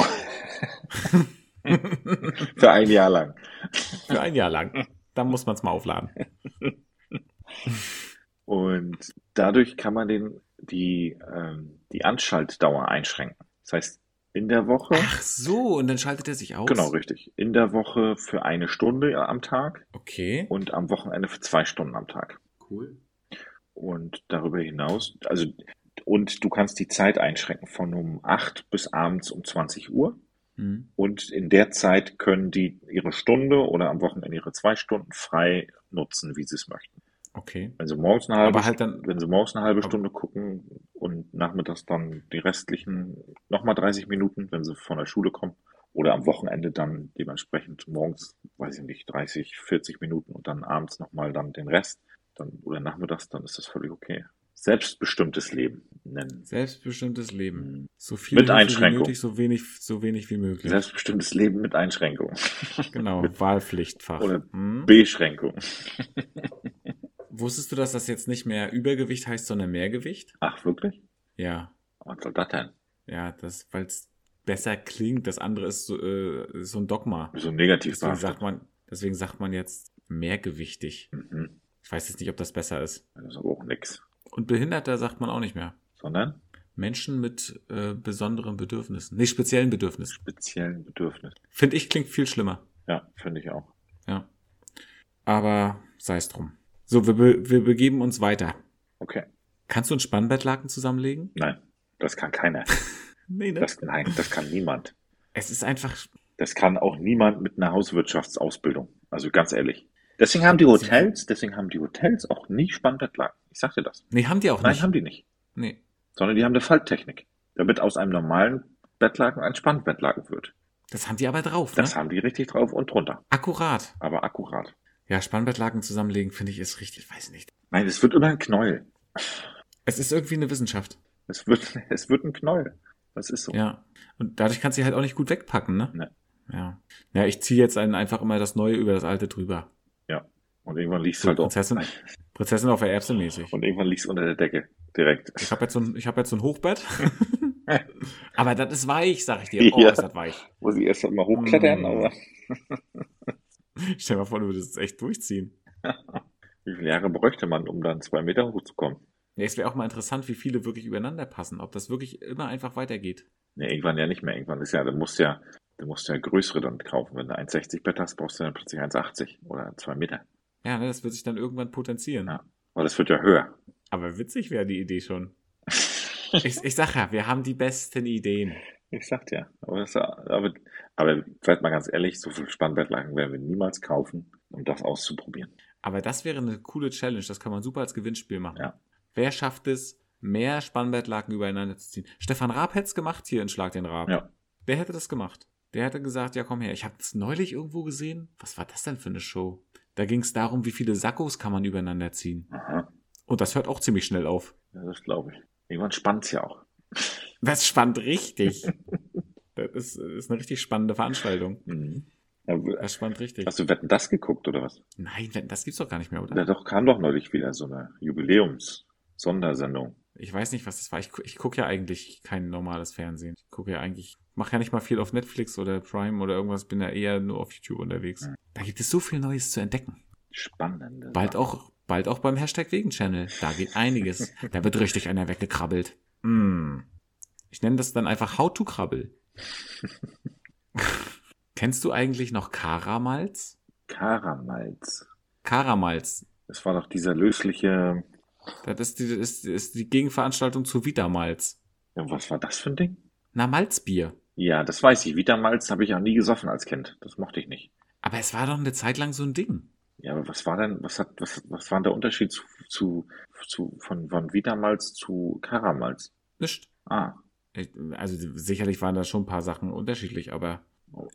Speaker 1: Für ein Jahr lang.
Speaker 2: Für ein Jahr lang. Dann muss man es mal aufladen.
Speaker 1: Und dadurch kann man den, die, ähm, die Anschaltdauer einschränken. Das heißt, in der Woche,
Speaker 2: Ach so, und dann schaltet er sich aus.
Speaker 1: genau richtig, in der Woche für eine Stunde am Tag
Speaker 2: Okay.
Speaker 1: und am Wochenende für zwei Stunden am Tag.
Speaker 2: Cool.
Speaker 1: Und darüber hinaus, also, und du kannst die Zeit einschränken von um 8 bis abends um 20 Uhr.
Speaker 2: Mhm.
Speaker 1: Und in der Zeit können die ihre Stunde oder am Wochenende ihre zwei Stunden frei nutzen, wie sie es möchten.
Speaker 2: Okay.
Speaker 1: Wenn sie morgens eine halbe,
Speaker 2: Aber halt dann-
Speaker 1: wenn sie morgens eine halbe
Speaker 2: Aber-
Speaker 1: Stunde gucken und nachmittags dann die restlichen nochmal 30 Minuten, wenn sie von der Schule kommen, oder am Wochenende dann dementsprechend morgens, weiß ich nicht, 30, 40 Minuten und dann abends nochmal dann den Rest, dann oder nachmittags, dann ist das völlig okay. Selbstbestimmtes Leben nennen.
Speaker 2: Selbstbestimmtes Leben.
Speaker 1: Hm.
Speaker 2: So viel
Speaker 1: Mit
Speaker 2: Hilfe
Speaker 1: Einschränkung.
Speaker 2: wie nötig, so wenig, so wenig wie möglich.
Speaker 1: Selbstbestimmtes Leben mit Einschränkung.
Speaker 2: Genau, Wahlpflichtfach.
Speaker 1: Oder
Speaker 2: Hm?
Speaker 1: Beschränkung.
Speaker 2: Wusstest du, dass das jetzt nicht mehr Übergewicht heißt, sondern Mehrgewicht?
Speaker 1: Ach, wirklich?
Speaker 2: Ja,
Speaker 1: Was soll das denn?
Speaker 2: ja, das, weil es besser klingt. Das andere ist so, äh, ist so ein Dogma.
Speaker 1: So negativ
Speaker 2: Deswegen sagt
Speaker 1: behaftet.
Speaker 2: man, deswegen sagt man jetzt mehrgewichtig.
Speaker 1: Mhm.
Speaker 2: Ich weiß jetzt nicht, ob das besser ist.
Speaker 1: Das ist aber auch nix.
Speaker 2: Und Behinderter sagt man auch nicht mehr.
Speaker 1: Sondern?
Speaker 2: Menschen mit äh, besonderen Bedürfnissen, nicht speziellen Bedürfnissen.
Speaker 1: speziellen Bedürfnis.
Speaker 2: Finde ich klingt viel schlimmer.
Speaker 1: Ja, finde ich auch.
Speaker 2: Ja. Aber sei es drum. So, wir, be wir begeben uns weiter.
Speaker 1: Okay.
Speaker 2: Kannst du einen Spannbettlaken zusammenlegen?
Speaker 1: Nein, das kann keiner.
Speaker 2: Nee, ne?
Speaker 1: Das, nein, das kann niemand.
Speaker 2: es ist einfach.
Speaker 1: Das kann auch niemand mit einer Hauswirtschaftsausbildung. Also ganz ehrlich. Deswegen haben die Hotels, deswegen haben die Hotels auch nie Spannbettlaken. Ich sag dir das.
Speaker 2: Nee, haben die auch
Speaker 1: Nein,
Speaker 2: nicht.
Speaker 1: haben die nicht.
Speaker 2: nee.
Speaker 1: Sondern die haben eine Falttechnik. Damit aus einem normalen Bettlaken ein Spannbettlaken wird.
Speaker 2: Das haben die aber drauf,
Speaker 1: Das
Speaker 2: ne?
Speaker 1: haben die richtig drauf und drunter.
Speaker 2: Akkurat.
Speaker 1: Aber akkurat.
Speaker 2: Ja, Spannbettlaken zusammenlegen finde ich ist richtig, weiß nicht.
Speaker 1: Nein, es wird immer ein Knäuel.
Speaker 2: Es ist irgendwie eine Wissenschaft.
Speaker 1: Es wird, es wird ein Knäuel. Das ist so.
Speaker 2: Ja. Und dadurch kannst du die halt auch nicht gut wegpacken, ne?
Speaker 1: Ne.
Speaker 2: Ja. Ja, ich ziehe jetzt einen einfach immer das Neue über das Alte drüber.
Speaker 1: Und irgendwann liegt es
Speaker 2: So,
Speaker 1: halt auch.
Speaker 2: Prinzessin, Prinzessin auf der Erbse mäßig.
Speaker 1: Und irgendwann liegt es unter der Decke. Direkt.
Speaker 2: Ich habe jetzt, so ein- ich hab jetzt so ein Hochbett. Aber das ist weich, sag ich dir. Oh,
Speaker 1: Ja.
Speaker 2: ist das weich.
Speaker 1: Muss ich erst mal hochklettern,
Speaker 2: Mm.
Speaker 1: aber
Speaker 2: Stell dir mal vor, du würdest es echt durchziehen.
Speaker 1: wie viele Jahre bräuchte man, um dann zwei Meter hochzukommen?
Speaker 2: Ja, es wäre auch mal interessant, wie viele wirklich übereinander passen. Ob das wirklich immer einfach weitergeht.
Speaker 1: Ne, irgendwann ja nicht mehr. Irgendwann ist ja, du musst ja, du musst ja größere dann kaufen. Wenn du 1,60 Bett hast, brauchst du dann plötzlich 1,80 oder 2 Meter.
Speaker 2: Ja, ne, das wird sich dann irgendwann potenzieren.
Speaker 1: Ja. Aber das wird ja höher.
Speaker 2: Aber witzig wäre die Idee schon. Ich, ich sag ja, wir haben die besten Ideen.
Speaker 1: Ich sag dir. Aber, das, aber, aber seid mal ganz ehrlich, so viel Spannbettlaken werden wir niemals kaufen, um das auszuprobieren.
Speaker 2: Aber das wäre eine coole Challenge. Das kann man super als Gewinnspiel machen.
Speaker 1: Ja.
Speaker 2: Wer schafft es, mehr Spannbettlaken übereinander zu ziehen? Stefan Raab hätte es gemacht hier in Schlag den Raab.
Speaker 1: Ja.
Speaker 2: Der hätte das gemacht. Der hätte gesagt, ja komm her, ich habe es neulich irgendwo gesehen. Was war das denn für eine Show? Da ging es darum, wie viele Sackos kann man übereinander ziehen.
Speaker 1: Aha.
Speaker 2: Und das hört auch ziemlich schnell auf.
Speaker 1: Ja, das glaube ich. Irgendwann spannt's ja auch.
Speaker 2: Das spannt richtig. das ist, ist eine richtig spannende Veranstaltung.
Speaker 1: Mhm. Ja, w-
Speaker 2: Das spannt richtig.
Speaker 1: hast du Wetten das geguckt oder was?
Speaker 2: Nein, das gibt's doch gar nicht mehr, oder?
Speaker 1: Da doch kam doch neulich wieder so eine Jubiläums-Sondersendung.
Speaker 2: Ich weiß nicht, was das war. Ich, gu- ich gucke ja eigentlich kein normales Fernsehen. Ich gucke ja eigentlich, mache ja nicht mal viel auf Netflix oder Prime oder irgendwas, bin ja eher nur auf YouTube unterwegs.
Speaker 1: Mhm.
Speaker 2: Da gibt es so viel Neues zu entdecken.
Speaker 1: Spannende.
Speaker 2: Bald auch, bald auch beim Hashtag Wegen-Channel. Da geht einiges. da wird richtig einer weggekrabbelt. Mm. Ich nenne das dann einfach How-to-Krabbel. Kennst du eigentlich noch Karamalz?
Speaker 1: Karamalz.
Speaker 2: Karamalz.
Speaker 1: Das war doch dieser lösliche.
Speaker 2: Das ist die, das ist, ist die Gegenveranstaltung zu Vitamalz.
Speaker 1: Ja, was war das für ein Ding?
Speaker 2: Na, Malzbier.
Speaker 1: Ja, das weiß ich. Vitamalz habe ich auch nie gesoffen als Kind. Das mochte ich nicht.
Speaker 2: Aber es war doch eine Zeit lang so ein Ding.
Speaker 1: Ja, aber was war denn, was hat, was, was war denn der Unterschied zu, zu, zu von, von Vitamalz zu Karamalz?
Speaker 2: Nicht.
Speaker 1: Ah,
Speaker 2: Ich- Also sicherlich waren da schon ein paar Sachen unterschiedlich, aber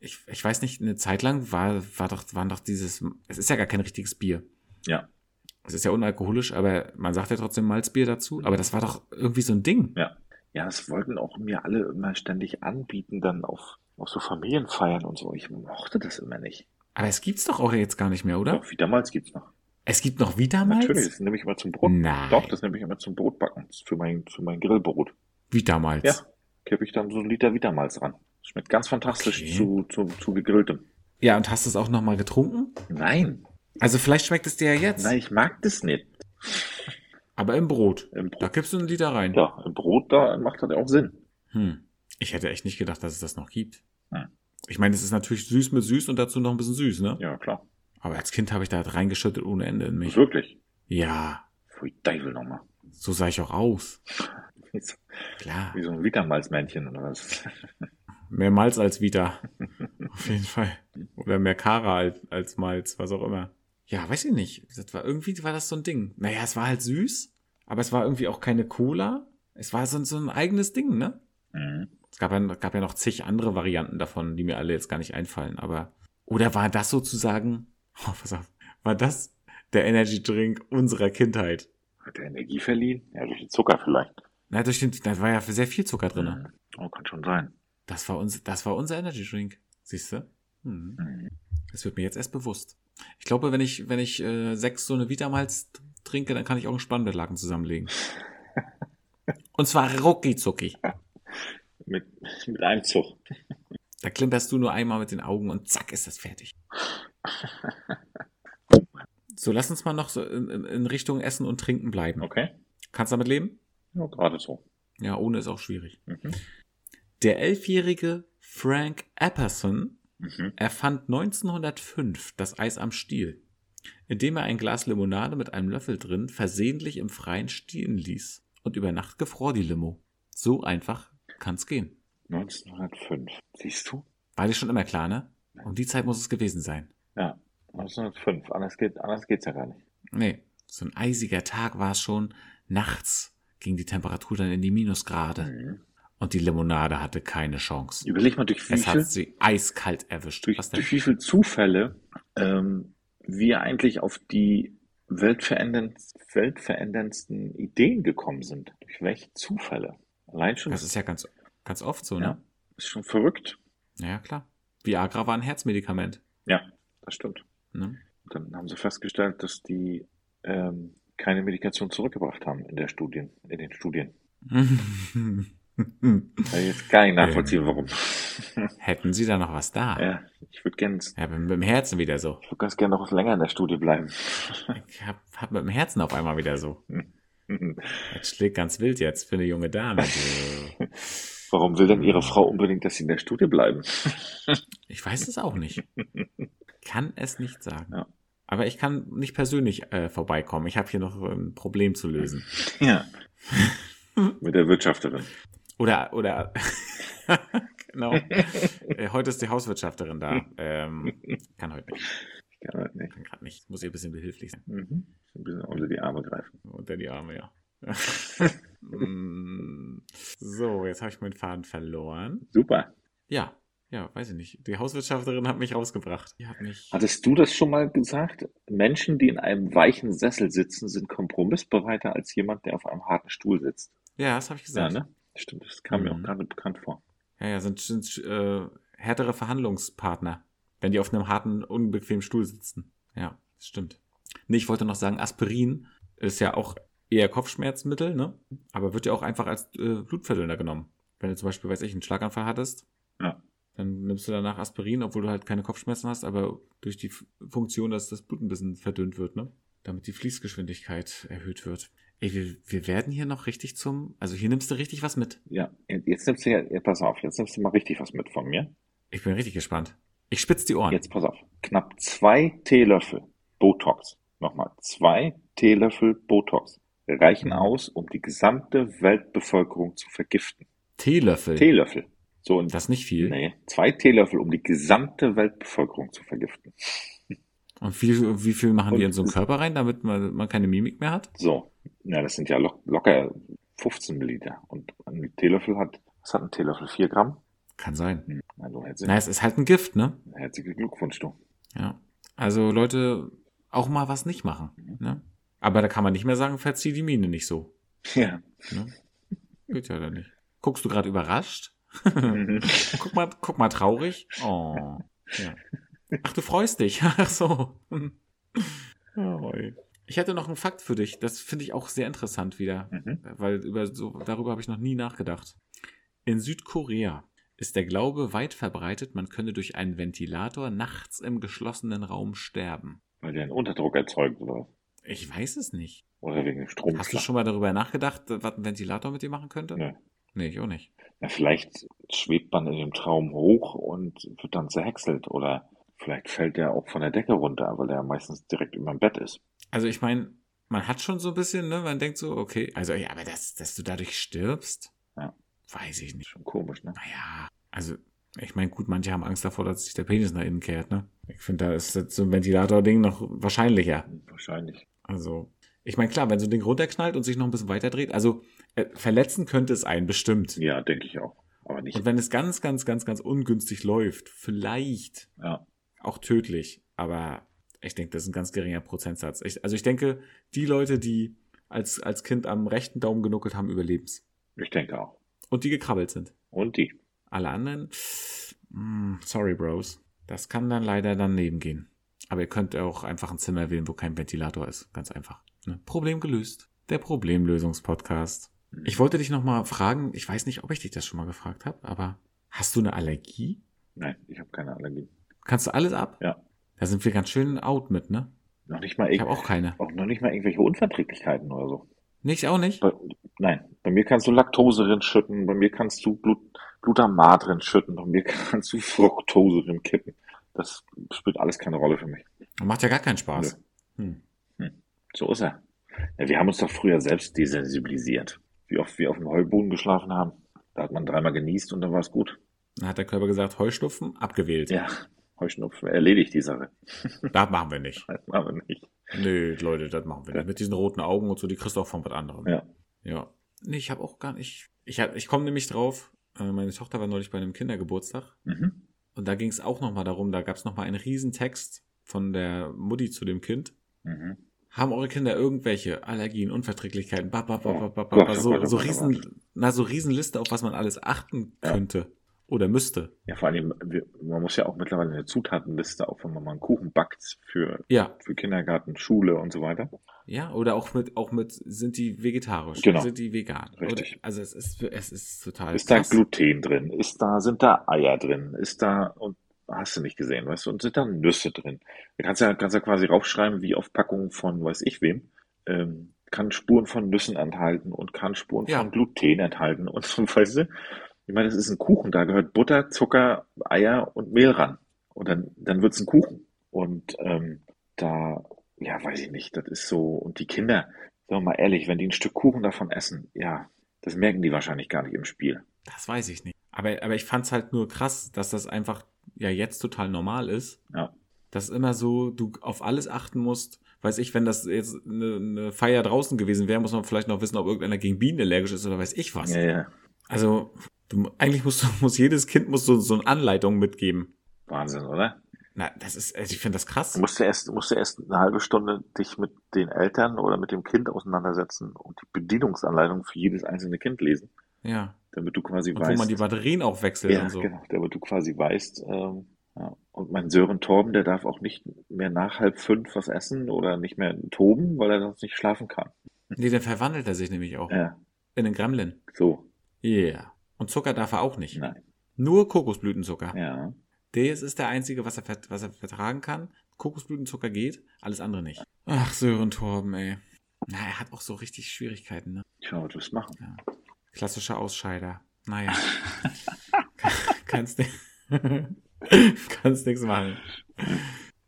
Speaker 2: ich, ich weiß nicht, eine Zeit lang war, war doch, waren doch dieses, es ist ja gar kein richtiges Bier.
Speaker 1: Ja.
Speaker 2: Es ist ja unalkoholisch, aber man sagt ja trotzdem Malzbier dazu, aber das war doch irgendwie so ein Ding.
Speaker 1: Ja. ja, das wollten auch mir alle immer ständig anbieten, dann auf, auf so Familienfeiern und so. Ich mochte das immer nicht.
Speaker 2: Aber es gibt's doch auch jetzt gar nicht mehr, oder?
Speaker 1: Doch, Vitamalz gibt's noch.
Speaker 2: Es gibt noch Vitamalz?
Speaker 1: Natürlich, das nehme ich immer zum Brot.
Speaker 2: Nein.
Speaker 1: Doch, das nehme ich immer zum Brotbacken, für mein, für mein Grillbrot.
Speaker 2: Vitamalz.
Speaker 1: Ja, kippe ich dann so einen Liter Vitamalz ran. Schmeckt ganz fantastisch
Speaker 2: Okay.
Speaker 1: zu, zu, zu gegrilltem.
Speaker 2: Ja, und hast du es auch nochmal getrunken?
Speaker 1: Nein,
Speaker 2: Also vielleicht schmeckt es dir ja jetzt,
Speaker 1: nein, ich mag das nicht.
Speaker 2: aber im Brot.
Speaker 1: Im
Speaker 2: Da
Speaker 1: Brot,
Speaker 2: kippst du einen Liter rein.
Speaker 1: ja, im Brot da macht das ja auch Sinn.
Speaker 2: Hm. Ich hätte echt nicht gedacht, dass es das noch gibt.
Speaker 1: Hm.
Speaker 2: Ich meine, es ist natürlich süß mit süß und dazu noch ein bisschen süß, ne?
Speaker 1: Ja, klar. Also
Speaker 2: Aber als Kind habe ich da halt reingeschüttet ohne Ende in mich.
Speaker 1: Wirklich.
Speaker 2: Ja,
Speaker 1: Pfui Teufel nochmal.
Speaker 2: so sah ich auch aus.
Speaker 1: Wie so-
Speaker 2: Klar.
Speaker 1: wie so ein Vitamalzmännchen oder was.
Speaker 2: Mehr Malz als Vita. Auf jeden Fall. Oder mehr Kara als, als Malz, was auch immer. Ja, weiß ich nicht. Das war, irgendwie war das so ein Ding. Naja, es war halt süß, aber es war irgendwie auch keine Cola. Es war so, so ein eigenes Ding, ne?
Speaker 1: Mhm.
Speaker 2: Es gab ja, gab ja noch zig andere Varianten davon, die mir alle jetzt gar nicht einfallen, aber. Oder war das sozusagen. Oh, pass auf. War das der Energy Drink unserer Kindheit?
Speaker 1: Hat er Energie verliehen? Ja, durch den Zucker vielleicht.
Speaker 2: Na, durch den, da war ja sehr viel Zucker drin.
Speaker 1: Mhm. Oh, kann schon sein.
Speaker 2: Das, war uns, das war unser Energy Drink. Siehst du? Mhm.
Speaker 1: Mhm.
Speaker 2: Das wird mir jetzt erst bewusst. Ich glaube, wenn ich, wenn ich äh, sechs so eine Vitamalz trinke, dann kann ich auch einen Spannbettlaken zusammenlegen. Und zwar rucki zucki.
Speaker 1: Mit, mit einem Zug.
Speaker 2: Da klimperst du nur einmal mit den Augen und zack ist das fertig. So, lass uns mal noch so in, in- in Richtung Essen und Trinken bleiben.
Speaker 1: Okay.
Speaker 2: Kannst du damit leben?
Speaker 1: Ja, gerade so.
Speaker 2: Ja, ohne ist auch schwierig.
Speaker 1: Mhm.
Speaker 2: Der elfjährige Frank Apperson
Speaker 1: Mhm.
Speaker 2: erfand 1905 das Eis am Stiel, indem er ein Glas Limonade mit einem Löffel drin versehentlich im Freien stehen ließ und über Nacht gefror die Limo. So einfach kann's gehen.
Speaker 1: 1905. Siehst du?
Speaker 2: War dir schon immer klar, ne? Um die Zeit muss es gewesen sein.
Speaker 1: Ja, 1905. Anders, geht, anders geht's ja gar nicht.
Speaker 2: Nee, so ein eisiger Tag war es schon. Nachts ging die Temperatur dann in die Minusgrade
Speaker 1: Mhm.
Speaker 2: und die Limonade hatte keine Chance.
Speaker 1: Überleg mal, durch wie
Speaker 2: Es
Speaker 1: viel,
Speaker 2: hat sie eiskalt erwischt.
Speaker 1: durch,
Speaker 2: Was denn?
Speaker 1: durch wie viel Zufälle ähm, wir eigentlich auf die weltveränderndst, weltveränderndsten Ideen gekommen sind. Durch welche Zufälle? Allein schon,
Speaker 2: Das
Speaker 1: das
Speaker 2: ist ja ganz, ganz oft so,
Speaker 1: Ja.
Speaker 2: ne?
Speaker 1: ist schon verrückt.
Speaker 2: Ja, klar. Viagra war ein Herzmedikament.
Speaker 1: Ja, das stimmt.
Speaker 2: Ne?
Speaker 1: Dann haben sie festgestellt, dass die ähm, keine Medikation zurückgebracht haben in der Studien, in den Studien. Kann ich jetzt gar nicht
Speaker 2: Ähm.
Speaker 1: nachvollziehen, warum.
Speaker 2: Hätten Sie da noch was da? Ja,
Speaker 1: ja, ich würde gern, ich
Speaker 2: bin mit dem Herzen wieder so.
Speaker 1: würd ganz gerne noch länger in der Studie bleiben.
Speaker 2: Ich hab, hab mit dem Herzen auf einmal wieder so. Das schlägt ganz wild jetzt für eine junge Dame. Du.
Speaker 1: Warum will denn ihre Frau unbedingt, dass sie in der Studie bleiben?
Speaker 2: Ich weiß es auch nicht. Kann es nicht sagen.
Speaker 1: Ja.
Speaker 2: Aber ich kann nicht persönlich äh, vorbeikommen. Ich habe hier noch ähm, ein Problem zu lösen.
Speaker 1: Ja. Mit der Wirtschafterin.
Speaker 2: Oder, oder, genau. Äh, heute ist die Hauswirtschafterin da. Ähm, kann heute nicht.
Speaker 1: Ich kann halt nicht.
Speaker 2: Kann gerade nicht. Muss ihr ein bisschen behilflich sein.
Speaker 1: Mhm. Ein bisschen unter die Arme greifen.
Speaker 2: Unter die Arme, ja. Mm. so, jetzt habe ich meinen Faden verloren.
Speaker 1: Super.
Speaker 2: Ja, ja, weiß ich nicht. Die Hauswirtschafterin hat mich rausgebracht. Die hat mich.
Speaker 1: Hattest du das schon mal gesagt? Menschen, die in einem weichen Sessel sitzen, sind kompromissbereiter als jemand, der auf einem harten Stuhl sitzt.
Speaker 2: Ja, das habe ich gesagt. Ja,
Speaker 1: ne? Stimmt, das kam mir auch
Speaker 2: Mhm.
Speaker 1: gerade bekannt vor.
Speaker 2: ja, sind, sind äh, härtere Verhandlungspartner, wenn die auf einem harten, unbequemen Stuhl sitzen. Ja, das stimmt. Nee, ich wollte noch sagen, Aspirin ist ja auch eher Kopfschmerzmittel, ne? Aber wird ja auch einfach als äh, Blutverdünner genommen. Wenn du zum Beispiel, weiß ich, einen Schlaganfall hattest,
Speaker 1: Ja.
Speaker 2: dann nimmst du danach Aspirin, obwohl du halt keine Kopfschmerzen hast, aber durch die F- Funktion, dass das Blut ein bisschen verdünnt wird, ne? Damit die Fließgeschwindigkeit erhöht wird. Ey, wir, wir werden hier noch richtig zum. Also hier nimmst du richtig was mit.
Speaker 1: Ja, jetzt nimmst du ja, ja, pass auf, jetzt nimmst du mal richtig was mit von mir.
Speaker 2: Ich bin richtig gespannt. Ich spitz die Ohren.
Speaker 1: Jetzt pass auf. Knapp zwei Teelöffel Botox. Nochmal, zwei Teelöffel Botox
Speaker 2: Mhm.
Speaker 1: reichen aus, um die gesamte Weltbevölkerung zu vergiften.
Speaker 2: Teelöffel.
Speaker 1: Teelöffel. So, und
Speaker 2: das ist nicht viel.
Speaker 1: nee, zwei Teelöffel, um die gesamte Weltbevölkerung zu vergiften.
Speaker 2: Und wie, wie viel machen
Speaker 1: Und-
Speaker 2: wir in so einen Körper rein, damit man, man keine Mimik mehr hat?
Speaker 1: So, na, das sind ja lo locker 15 Milliliter. Und ein Teelöffel hat, was hat ein Teelöffel? Vier Gramm?
Speaker 2: Kann sein.
Speaker 1: Hm, na, du, herzlichen,
Speaker 2: Na, es ist halt ein Gift, ne?
Speaker 1: herzlichen Glückwunsch, du.
Speaker 2: Ja. Also Leute, auch mal was nicht machen. Ne? Aber da kann man nicht mehr sagen, verzieh die Miene nicht so.
Speaker 1: Ja.
Speaker 2: Ne? Geht ja dann nicht. Guckst du gerade überrascht?
Speaker 1: Mhm.
Speaker 2: guck mal, guck mal traurig. Oh. Ja. Ach, du freust dich. Ach so. Hm. Oh, ey. ich hätte noch einen Fakt für dich. Das finde ich auch sehr interessant wieder,
Speaker 1: Mhm.
Speaker 2: weil über so, darüber habe ich noch nie nachgedacht. In Südkorea ist der Glaube weit verbreitet, man könne durch einen Ventilator nachts im geschlossenen Raum sterben.
Speaker 1: Weil der einen Unterdruck erzeugt, oder?
Speaker 2: Ich weiß es nicht.
Speaker 1: Oder wegen dem Strom.
Speaker 2: Hast du schon mal darüber nachgedacht, was ein Ventilator mit dir machen könnte?
Speaker 1: Oh, Nee.
Speaker 2: Nee, ich auch nicht.
Speaker 1: Ja, vielleicht schwebt man in dem Traum hoch und wird dann zerhäckselt oder vielleicht fällt er auch von der Decke runter, weil er meistens direkt über dem Bett ist.
Speaker 2: Also ich meine, man hat schon so ein bisschen, ne? Man denkt so, okay, also ja, aber dass, dass du dadurch stirbst,
Speaker 1: Ja.
Speaker 2: weiß ich nicht.
Speaker 1: Schon komisch, ne?
Speaker 2: Naja, also Ich meine, gut, manche haben Angst davor, dass sich der Penis nach innen kehrt, ne? Ich finde, da ist jetzt so ein Ventilator-Ding noch wahrscheinlicher.
Speaker 1: Wahrscheinlich.
Speaker 2: Also, ich meine, klar, wenn so ein Ding runterknallt und sich noch ein bisschen weiter dreht, also äh, verletzen könnte es einen bestimmt.
Speaker 1: Ja, denke ich auch. Aber nicht.
Speaker 2: Und wenn es ganz, ganz, ganz, ganz ungünstig läuft, vielleicht
Speaker 1: Ja.
Speaker 2: auch tödlich, aber ich denke, das ist ein ganz geringer Prozentsatz. Ich, also ich denke, die Leute, die als, als Kind am rechten Daumen genuckelt haben, überleben's.
Speaker 1: Ich denke auch.
Speaker 2: Und die gekrabbelt sind.
Speaker 1: Und die.
Speaker 2: Alle anderen, mm, sorry, Bros. Das kann dann leider daneben gehen. Aber ihr könnt auch einfach ein Zimmer wählen, wo kein Ventilator ist. Ganz einfach. Ne? Problem gelöst. Der Problemlösungspodcast. Ich wollte dich nochmal fragen, ich weiß nicht, ob ich dich das schon mal gefragt habe, aber hast du eine Allergie?
Speaker 1: Nein, ich habe keine Allergie.
Speaker 2: Kannst du alles ab?
Speaker 1: Ja.
Speaker 2: Da sind wir ganz schön out mit, ne?
Speaker 1: Noch nicht mal,
Speaker 2: Ich
Speaker 1: ich
Speaker 2: habe auch keine.
Speaker 1: auch noch nicht mal irgendwelche Unverträglichkeiten oder so.
Speaker 2: Nicht, auch nicht?
Speaker 1: Bei, nein, bei mir kannst du Laktose drin schütten, bei mir kannst du Blut, Glutamat drin schütten, bei mir kannst du Fructose drin kippen. Das spielt alles keine Rolle für mich.
Speaker 2: Macht ja gar keinen Spaß. Hm.
Speaker 1: So ist er. Ja, wir haben uns doch früher selbst desensibilisiert. Wie oft wir auf dem Heuboden geschlafen haben, da hat man dreimal genießt und dann war es gut.
Speaker 2: Dann hat der Körper gesagt, Heuschnupfen, abgewählt.
Speaker 1: Ja, Heuschnupfen, erledigt die Sache.
Speaker 2: Das machen wir nicht.
Speaker 1: Das machen wir nicht.
Speaker 2: Nö, Leute, das machen wir nicht. Mit diesen roten Augen und so, die kriegst du auch von was anderem.
Speaker 1: Ja.
Speaker 2: Ja. Nee, ich habe auch gar nicht. Ich, hab- ich komme nämlich drauf, äh, meine Tochter war neulich bei einem Kindergeburtstag
Speaker 1: Mhm.
Speaker 2: und da ging es auch nochmal darum, da gab es nochmal einen riesen Text von der Mutti zu dem Kind.
Speaker 1: Mhm.
Speaker 2: Haben eure Kinder irgendwelche Allergien, Unverträglichkeiten, ba, ba, ba,
Speaker 1: Oh
Speaker 2: ba, ba, ba,
Speaker 1: Gott, oh Gott,
Speaker 2: so,
Speaker 1: oh
Speaker 2: so
Speaker 1: Gott, oh
Speaker 2: riesen, na, so riesen Liste, auf was man alles achten
Speaker 1: Ja.
Speaker 2: könnte oder müsste.
Speaker 1: Ja, vor allem, wir, man muss ja auch mittlerweile eine Zutatenliste, auch wenn man mal einen Kuchen backt für,
Speaker 2: Ja,
Speaker 1: für Kindergarten, Schule und so weiter.
Speaker 2: Ja, oder auch mit, auch mit, sind die vegetarisch,
Speaker 1: Genau.
Speaker 2: sind die vegan.
Speaker 1: Richtig.
Speaker 2: Oder, also es ist, es ist total
Speaker 1: Ist da Gluten drin? Ist da, sind da Eier drin? Ist da, und hast du nicht gesehen, weißt du, und sind da Nüsse drin? Da kannst du ja, kannst ja quasi raufschreiben, wie auf Packungen von weiß ich wem, ähm, kann Spuren von Nüssen enthalten und kann Spuren
Speaker 2: Ja.
Speaker 1: von Gluten enthalten und so, weißt du? Ich meine, das ist ein Kuchen, da gehört Butter, Zucker, Eier und Mehl ran. Und dann, dann wird's ein Kuchen. Und ähm, da, ja, weiß ich nicht, das ist so, und die Kinder, sagen wir mal ehrlich, wenn die ein Stück Kuchen davon essen, ja, das merken die wahrscheinlich gar nicht im Spiel.
Speaker 2: Das weiß ich nicht. Aber, aber ich fand's halt nur krass, dass das einfach ja jetzt total normal ist.
Speaker 1: Ja.
Speaker 2: Dass immer so, du auf alles achten musst. Weiß ich, wenn das jetzt eine, eine Feier draußen gewesen wäre, muss man vielleicht noch wissen, ob irgendeiner gegen Bienen allergisch ist oder weiß ich was.
Speaker 1: Ja, ja,
Speaker 2: Also, du, eigentlich muss, muss jedes Kind muss so, so eine Anleitung mitgeben.
Speaker 1: Wahnsinn, oder?
Speaker 2: Na, das ist, also ich finde das krass.
Speaker 1: Du musst ja erst, musst ja erst eine halbe Stunde dich mit den Eltern oder mit dem Kind auseinandersetzen und die Bedienungsanleitung für jedes einzelne Kind lesen,
Speaker 2: Ja.
Speaker 1: damit du quasi
Speaker 2: Und wo
Speaker 1: weißt.
Speaker 2: man die Batterien auch wechselt
Speaker 1: ja,
Speaker 2: und so.
Speaker 1: genau, damit du quasi weißt. Ähm, ja. Und mein Sören Torben, der darf auch nicht mehr nach halb fünf was essen oder nicht mehr toben, weil er sonst nicht schlafen kann.
Speaker 2: Nee, dann verwandelt er sich nämlich auch
Speaker 1: Ja,
Speaker 2: in den Gremlin.
Speaker 1: so,
Speaker 2: Yeah. Und Zucker darf er auch nicht.
Speaker 1: nein.
Speaker 2: Nur Kokosblütenzucker.
Speaker 1: Ja,
Speaker 2: Das ist der einzige, was er, vert- was er vertragen kann. Kokosblütenzucker geht, alles andere nicht. Ach, Sören Torben, ey. Na, er hat auch so richtig Schwierigkeiten, ne?
Speaker 1: tja, was willst du machen?
Speaker 2: Klassischer Ausscheider. Naja. Kannst, ni Kannst nichts machen.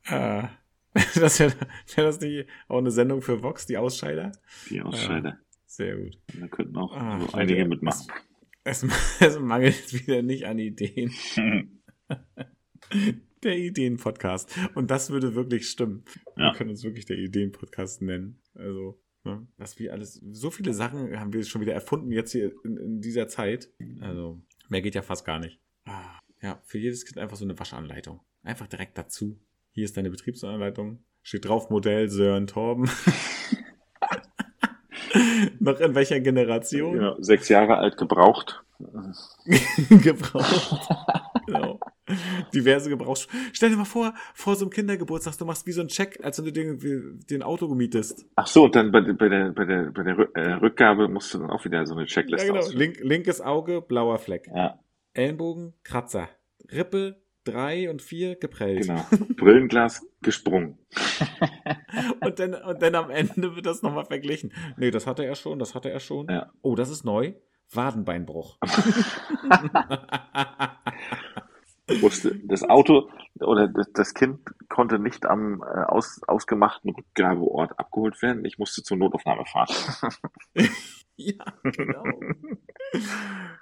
Speaker 2: Äh, das wäre wär das nicht auch eine Sendung für Vox, die Ausscheider?
Speaker 1: Die
Speaker 2: Ausscheide. Sehr gut.
Speaker 1: Da könnten auch
Speaker 2: Ach,
Speaker 1: so
Speaker 2: Leute,
Speaker 1: einige mitmachen.
Speaker 2: Es, es mangelt wieder nicht an Ideen. Der Ideen-Podcast. Und das würde wirklich stimmen.
Speaker 1: Ja.
Speaker 2: Wir können uns wirklich der Ideen-Podcast nennen. Also, ne, was wir alles, so viele Sachen haben wir schon wieder erfunden jetzt hier in, in dieser Zeit. Also, mehr geht ja fast gar nicht. Ah, Ja, für jedes Kind einfach so eine Waschanleitung. Einfach direkt dazu. Hier ist deine Betriebsanleitung. Steht drauf Modell Sören Torben. Noch in welcher Generation?
Speaker 1: Ja, sechs Jahre alt gebraucht.
Speaker 2: gebraucht. genau. Diverse Gebrauchs. Stell dir mal vor, vor so einem Kindergeburtstag, du machst wie so einen Check, als wenn du den, den Auto gemietest.
Speaker 1: Ach so, und dann bei, bei der, bei der, bei der Rü- äh, Rückgabe musst du dann auch wieder so eine Checkliste ja,
Speaker 2: genau. Link, linkes Auge, blauer Fleck.
Speaker 1: Ja,
Speaker 2: Ellenbogen, Kratzer. Rippe, drei und vier geprellt.
Speaker 1: genau. Brillenglas gesprungen.
Speaker 2: Und, dann, und dann am Ende wird das nochmal verglichen. Nee, das hatte er schon, das hatte er schon.
Speaker 1: Ja.
Speaker 2: Oh, das ist neu. Wadenbeinbruch.
Speaker 1: Musste, das Auto oder das, das Kind konnte nicht am äh, aus, ausgemachten Rückgabeort abgeholt werden. Ich musste zur Notaufnahme fahren.
Speaker 2: ja, genau.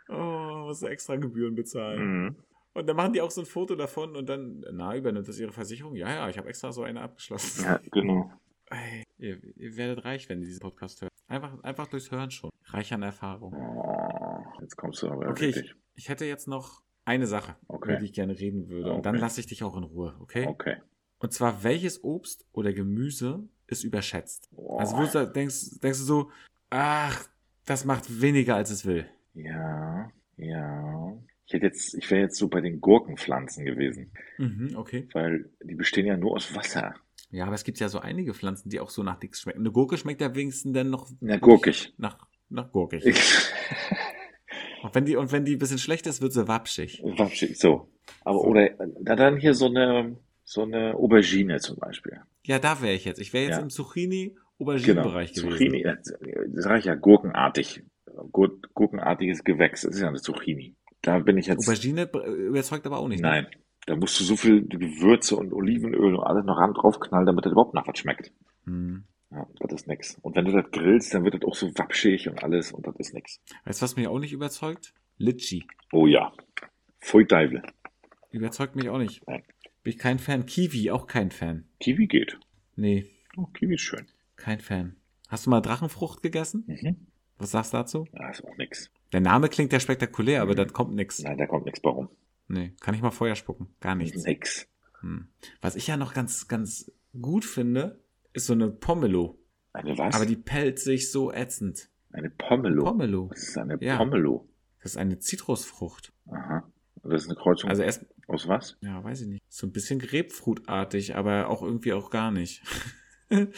Speaker 2: Oh, musst du extra Gebühren bezahlen.
Speaker 1: Mhm.
Speaker 2: Und dann machen die auch so ein Foto davon und dann, na, übernimmt das ihre Versicherung? Ja, ja, ich habe extra so eine abgeschlossen.
Speaker 1: Ja, genau.
Speaker 2: Ey, ihr, ihr werdet reich, wenn ihr diesen Podcast hört. Einfach, einfach durchs Hören schon. Reich an Erfahrung.
Speaker 1: Oh, jetzt kommst du aber
Speaker 2: Okay, ich,
Speaker 1: richtig.
Speaker 2: ich hätte jetzt noch eine Sache,
Speaker 1: Okay.
Speaker 2: über die ich gerne reden würde. Und
Speaker 1: Okay.
Speaker 2: dann lasse ich dich auch in Ruhe, okay?
Speaker 1: Okay.
Speaker 2: Und zwar, welches Obst oder Gemüse ist überschätzt?
Speaker 1: Boah.
Speaker 2: Also, wo du da denkst, denkst du so, ach, das macht weniger, als es will.
Speaker 1: Oh, ja, ja. Ich hätte jetzt, ich wäre jetzt so bei den Gurkenpflanzen gewesen,
Speaker 2: Mhm, okay.
Speaker 1: weil die bestehen ja nur aus Wasser.
Speaker 2: Ja, aber es gibt ja so einige Pflanzen, die auch so nach nichts schmecken. Eine Gurke schmeckt ja wenigstens dann noch
Speaker 1: Na, gurkig.
Speaker 2: nach, nach gurkig.
Speaker 1: Ich-
Speaker 2: Und wenn die, und wenn die ein bisschen schlecht ist, wird sie wapschig.
Speaker 1: Wapschig, so. Aber oder na, dann hier so eine, so eine Aubergine zum Beispiel.
Speaker 2: Ja, da wäre ich jetzt. Ich wäre jetzt
Speaker 1: Ja. Genau.
Speaker 2: im Zucchini-Aubergine-Bereich gewesen.
Speaker 1: Zucchini, äh, das reicht ja gurkenartig. Gur gurkenartiges Gewächs, das ist ja eine Zucchini. Da bin ich jetzt.
Speaker 2: Aubergine äh, überzeugt aber auch nicht. ne?
Speaker 1: Nein, da musst du so viel Gewürze und Olivenöl und alles noch ran draufknallen, damit das überhaupt nach was schmeckt.
Speaker 2: Hm.
Speaker 1: Ja, das ist nix. Und wenn du das grillst, dann wird das auch so wapschig und alles und das ist nix.
Speaker 2: Weißt du, was mich auch nicht überzeugt? Litschi.
Speaker 1: Oh ja. Pfui Teufel.
Speaker 2: Überzeugt mich auch nicht.
Speaker 1: Nein.
Speaker 2: Bin ich kein Fan. Kiwi, auch kein Fan.
Speaker 1: Kiwi geht.
Speaker 2: Nee,
Speaker 1: Oh, Kiwi ist schön.
Speaker 2: kein Fan. Hast du mal Drachenfrucht gegessen?
Speaker 1: Mhm.
Speaker 2: Was sagst du dazu?
Speaker 1: Ja, ist auch nix.
Speaker 2: Der Name klingt ja spektakulär, aber
Speaker 1: Mhm.
Speaker 2: das kommt nix.
Speaker 1: Nein, da kommt nichts bei rum.
Speaker 2: Nee, kann ich mal Feuer spucken. Gar nichts.
Speaker 1: Nix.
Speaker 2: Hm. Was ich ja noch ganz, ganz gut finde, ist so eine Pomelo.
Speaker 1: Eine was?
Speaker 2: Aber die pellt sich so ätzend.
Speaker 1: eine Pomelo.
Speaker 2: Pomelo.
Speaker 1: Das ist eine
Speaker 2: Ja.
Speaker 1: Pomelo.
Speaker 2: Das ist eine Zitrusfrucht.
Speaker 1: Aha. Und das ist eine Kreuzung
Speaker 2: Also erst,
Speaker 1: aus was?
Speaker 2: ja, weiß ich nicht. So ein bisschen Grapefruitartig, aber auch irgendwie auch gar nicht.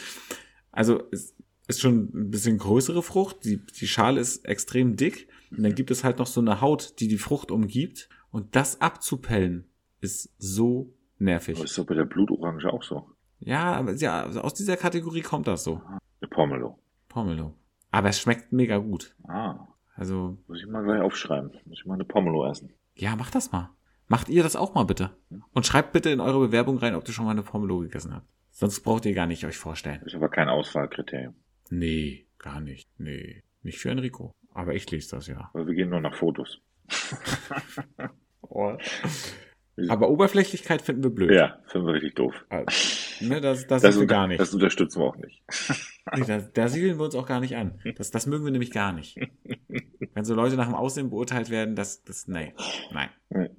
Speaker 2: also es ist schon ein bisschen größere Frucht. Die, die Schale ist extrem dick. Und dann gibt es halt noch so eine Haut, die die Frucht umgibt. Und das abzupellen ist so
Speaker 1: Aber
Speaker 2: nervig.
Speaker 1: ist doch bei der Blutorange auch so.
Speaker 2: Ja, aber ja, also aus dieser Kategorie kommt das so.
Speaker 1: Eine Pomelo.
Speaker 2: Pomelo. Aber es schmeckt mega gut.
Speaker 1: Ah,
Speaker 2: Also,
Speaker 1: muss ich mal gleich aufschreiben. Muss ich mal eine Pomelo essen.
Speaker 2: ja, macht das mal. Macht ihr das auch mal bitte. Und schreibt bitte in eure Bewerbung rein, ob ihr schon mal eine Pomelo gegessen habt. Sonst braucht ihr gar nicht euch vorstellen.
Speaker 1: Ist aber kein Auswahlkriterium.
Speaker 2: Nee, gar nicht. Nee. Nicht für Enrico. Aber ich lese das ja.
Speaker 1: Weil wir gehen nur nach Fotos.
Speaker 2: Oh. Aber Oberflächlichkeit finden wir blöd.
Speaker 1: Ja, finden wir richtig doof.
Speaker 2: Also, ne, das das,
Speaker 1: Das,
Speaker 2: sind wir
Speaker 1: unter-
Speaker 2: gar nicht.
Speaker 1: das unterstützen wir auch nicht.
Speaker 2: Nee, da, da siedeln wir uns auch gar nicht an. Das, das mögen wir nämlich gar nicht. Wenn so Leute nach dem Aussehen beurteilt werden, das, das, nee, nein.
Speaker 1: Nee.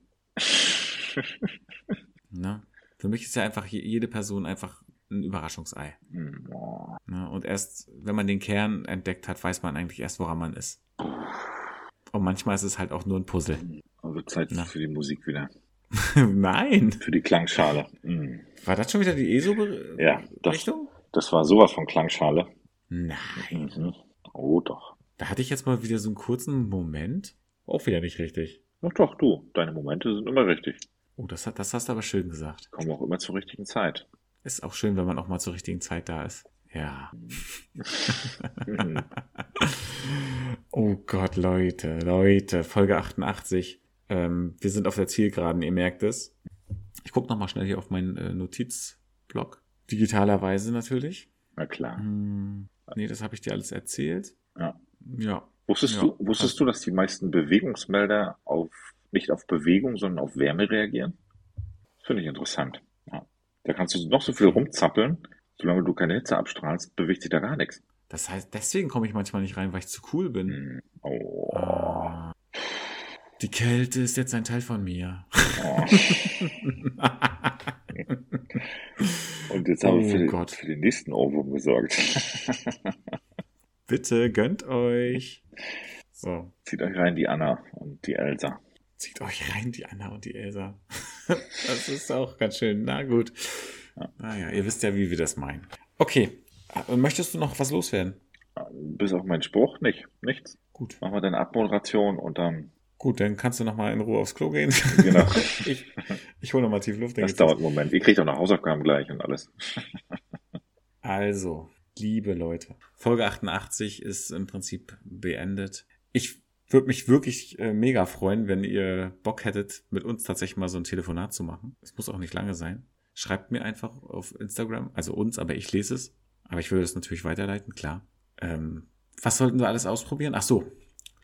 Speaker 2: Ne? Für mich ist ja einfach je- jede Person einfach ein Überraschungsei.
Speaker 1: Hm, oh.
Speaker 2: Ne? Und erst, wenn man den Kern entdeckt hat, weiß man eigentlich erst, woran man ist. Und manchmal ist es halt auch nur ein Puzzle.
Speaker 1: Aber wird also Zeit
Speaker 2: Na.
Speaker 1: für die Musik wieder.
Speaker 2: Nein!
Speaker 1: Für die Klangschale. Hm.
Speaker 2: War das schon wieder die E ESO-Richtung?
Speaker 1: Ja, das, das war sowas von Klangschale.
Speaker 2: Nein.
Speaker 1: Mhm. Oh doch.
Speaker 2: Da hatte ich jetzt mal wieder so einen kurzen Moment. Auch wieder nicht richtig.
Speaker 1: Doch, doch, du. Deine Momente sind immer richtig.
Speaker 2: Oh, das, hat, das hast du aber schön gesagt.
Speaker 1: Kommen auch immer zur richtigen Zeit.
Speaker 2: Ist auch schön, wenn man auch mal zur richtigen Zeit da ist. Ja.
Speaker 1: Mhm.
Speaker 2: oh Gott, Leute, Leute, Folge 88. Ähm, wir sind auf der Zielgeraden, ihr merkt es. Ich gucke nochmal schnell hier auf meinen äh, Notizblock. Digitalerweise natürlich.
Speaker 1: Na klar.
Speaker 2: Hm, nee, das habe ich dir alles erzählt.
Speaker 1: Ja.
Speaker 2: Ja.
Speaker 1: Wusstest,
Speaker 2: Ja,
Speaker 1: du, wusstest
Speaker 2: passt.
Speaker 1: du, dass die meisten Bewegungsmelder auf, nicht auf Bewegung, sondern auf Wärme reagieren? Das finde ich interessant. Ja. Da kannst du noch so viel rumzappeln, solange du keine Hitze abstrahlst, bewegt sich da gar nichts.
Speaker 2: Das heißt, deswegen komme ich manchmal nicht rein, weil ich zu cool bin.
Speaker 1: Hm. Oh.
Speaker 2: Ah. Die Kälte ist jetzt ein Teil von mir.
Speaker 1: Oh. Und jetzt habe ich für,
Speaker 2: Oh
Speaker 1: den-
Speaker 2: Gott.
Speaker 1: für den nächsten Ohrwurm gesorgt.
Speaker 2: Bitte gönnt euch. So.
Speaker 1: Zieht euch rein, die Anna und die Elsa.
Speaker 2: Zieht euch rein, die Anna und die Elsa. das ist auch ganz schön. Na gut. Naja, ihr wisst ja, wie wir das meinen. Okay. Aber Möchtest du noch was loswerden?
Speaker 1: Bis auf meinen Spruch, nicht. Nichts.
Speaker 2: Gut.
Speaker 1: Machen wir dann Abmoderation und dann.
Speaker 2: Gut, dann kannst du nochmal in Ruhe aufs Klo gehen.
Speaker 1: Genau.
Speaker 2: ich ich hole nochmal tief Luft. dann
Speaker 1: Das
Speaker 2: geht's
Speaker 1: dauert einen Moment. Ihr kriegt auch noch Hausaufgaben gleich und alles.
Speaker 2: Also, liebe Leute, Folge 88 ist im Prinzip beendet. Ich würde mich wirklich äh, mega freuen, wenn ihr Bock hättet, mit uns tatsächlich mal so ein Telefonat zu machen. Es muss auch nicht lange sein. Schreibt mir einfach auf Instagram, also uns, aber ich lese es. Aber ich würde es natürlich weiterleiten, klar. Ähm, was sollten wir alles ausprobieren? Ach so,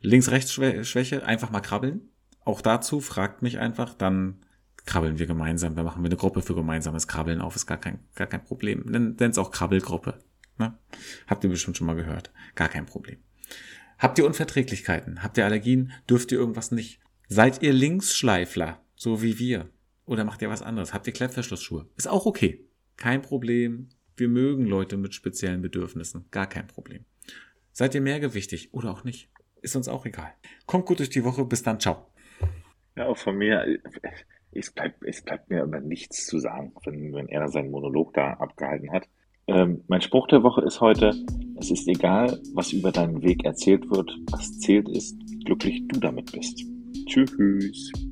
Speaker 2: Links-Rechts-Schwäche, einfach mal krabbeln. Auch dazu fragt mich einfach, dann krabbeln wir gemeinsam, dann machen wir eine Gruppe für gemeinsames Krabbeln auf, ist gar kein, gar kein Problem. Nennt es auch Krabbelgruppe. Ne? Habt ihr bestimmt schon mal gehört. Gar kein Problem. Habt ihr Unverträglichkeiten? Habt ihr Allergien? Dürft ihr irgendwas nicht? Seid ihr Linksschleifler, so wie wir? Oder macht ihr was anderes? Habt ihr Klettverschlussschuhe? Ist auch okay. Kein Problem. Wir mögen Leute mit speziellen Bedürfnissen. Gar kein Problem. Seid ihr mehrgewichtig oder auch nicht? Ist uns auch egal. Kommt gut durch die Woche. Bis dann. Ciao.
Speaker 1: Ja, auch von mir, äh, es bleibt, es bleibt mir immer nichts zu sagen, wenn, wenn er seinen Monolog da abgehalten hat. Ähm, mein Spruch der Woche ist heute, es ist egal, was über deinen Weg erzählt wird, was zählt ist, wie glücklich du damit bist. Tschüss.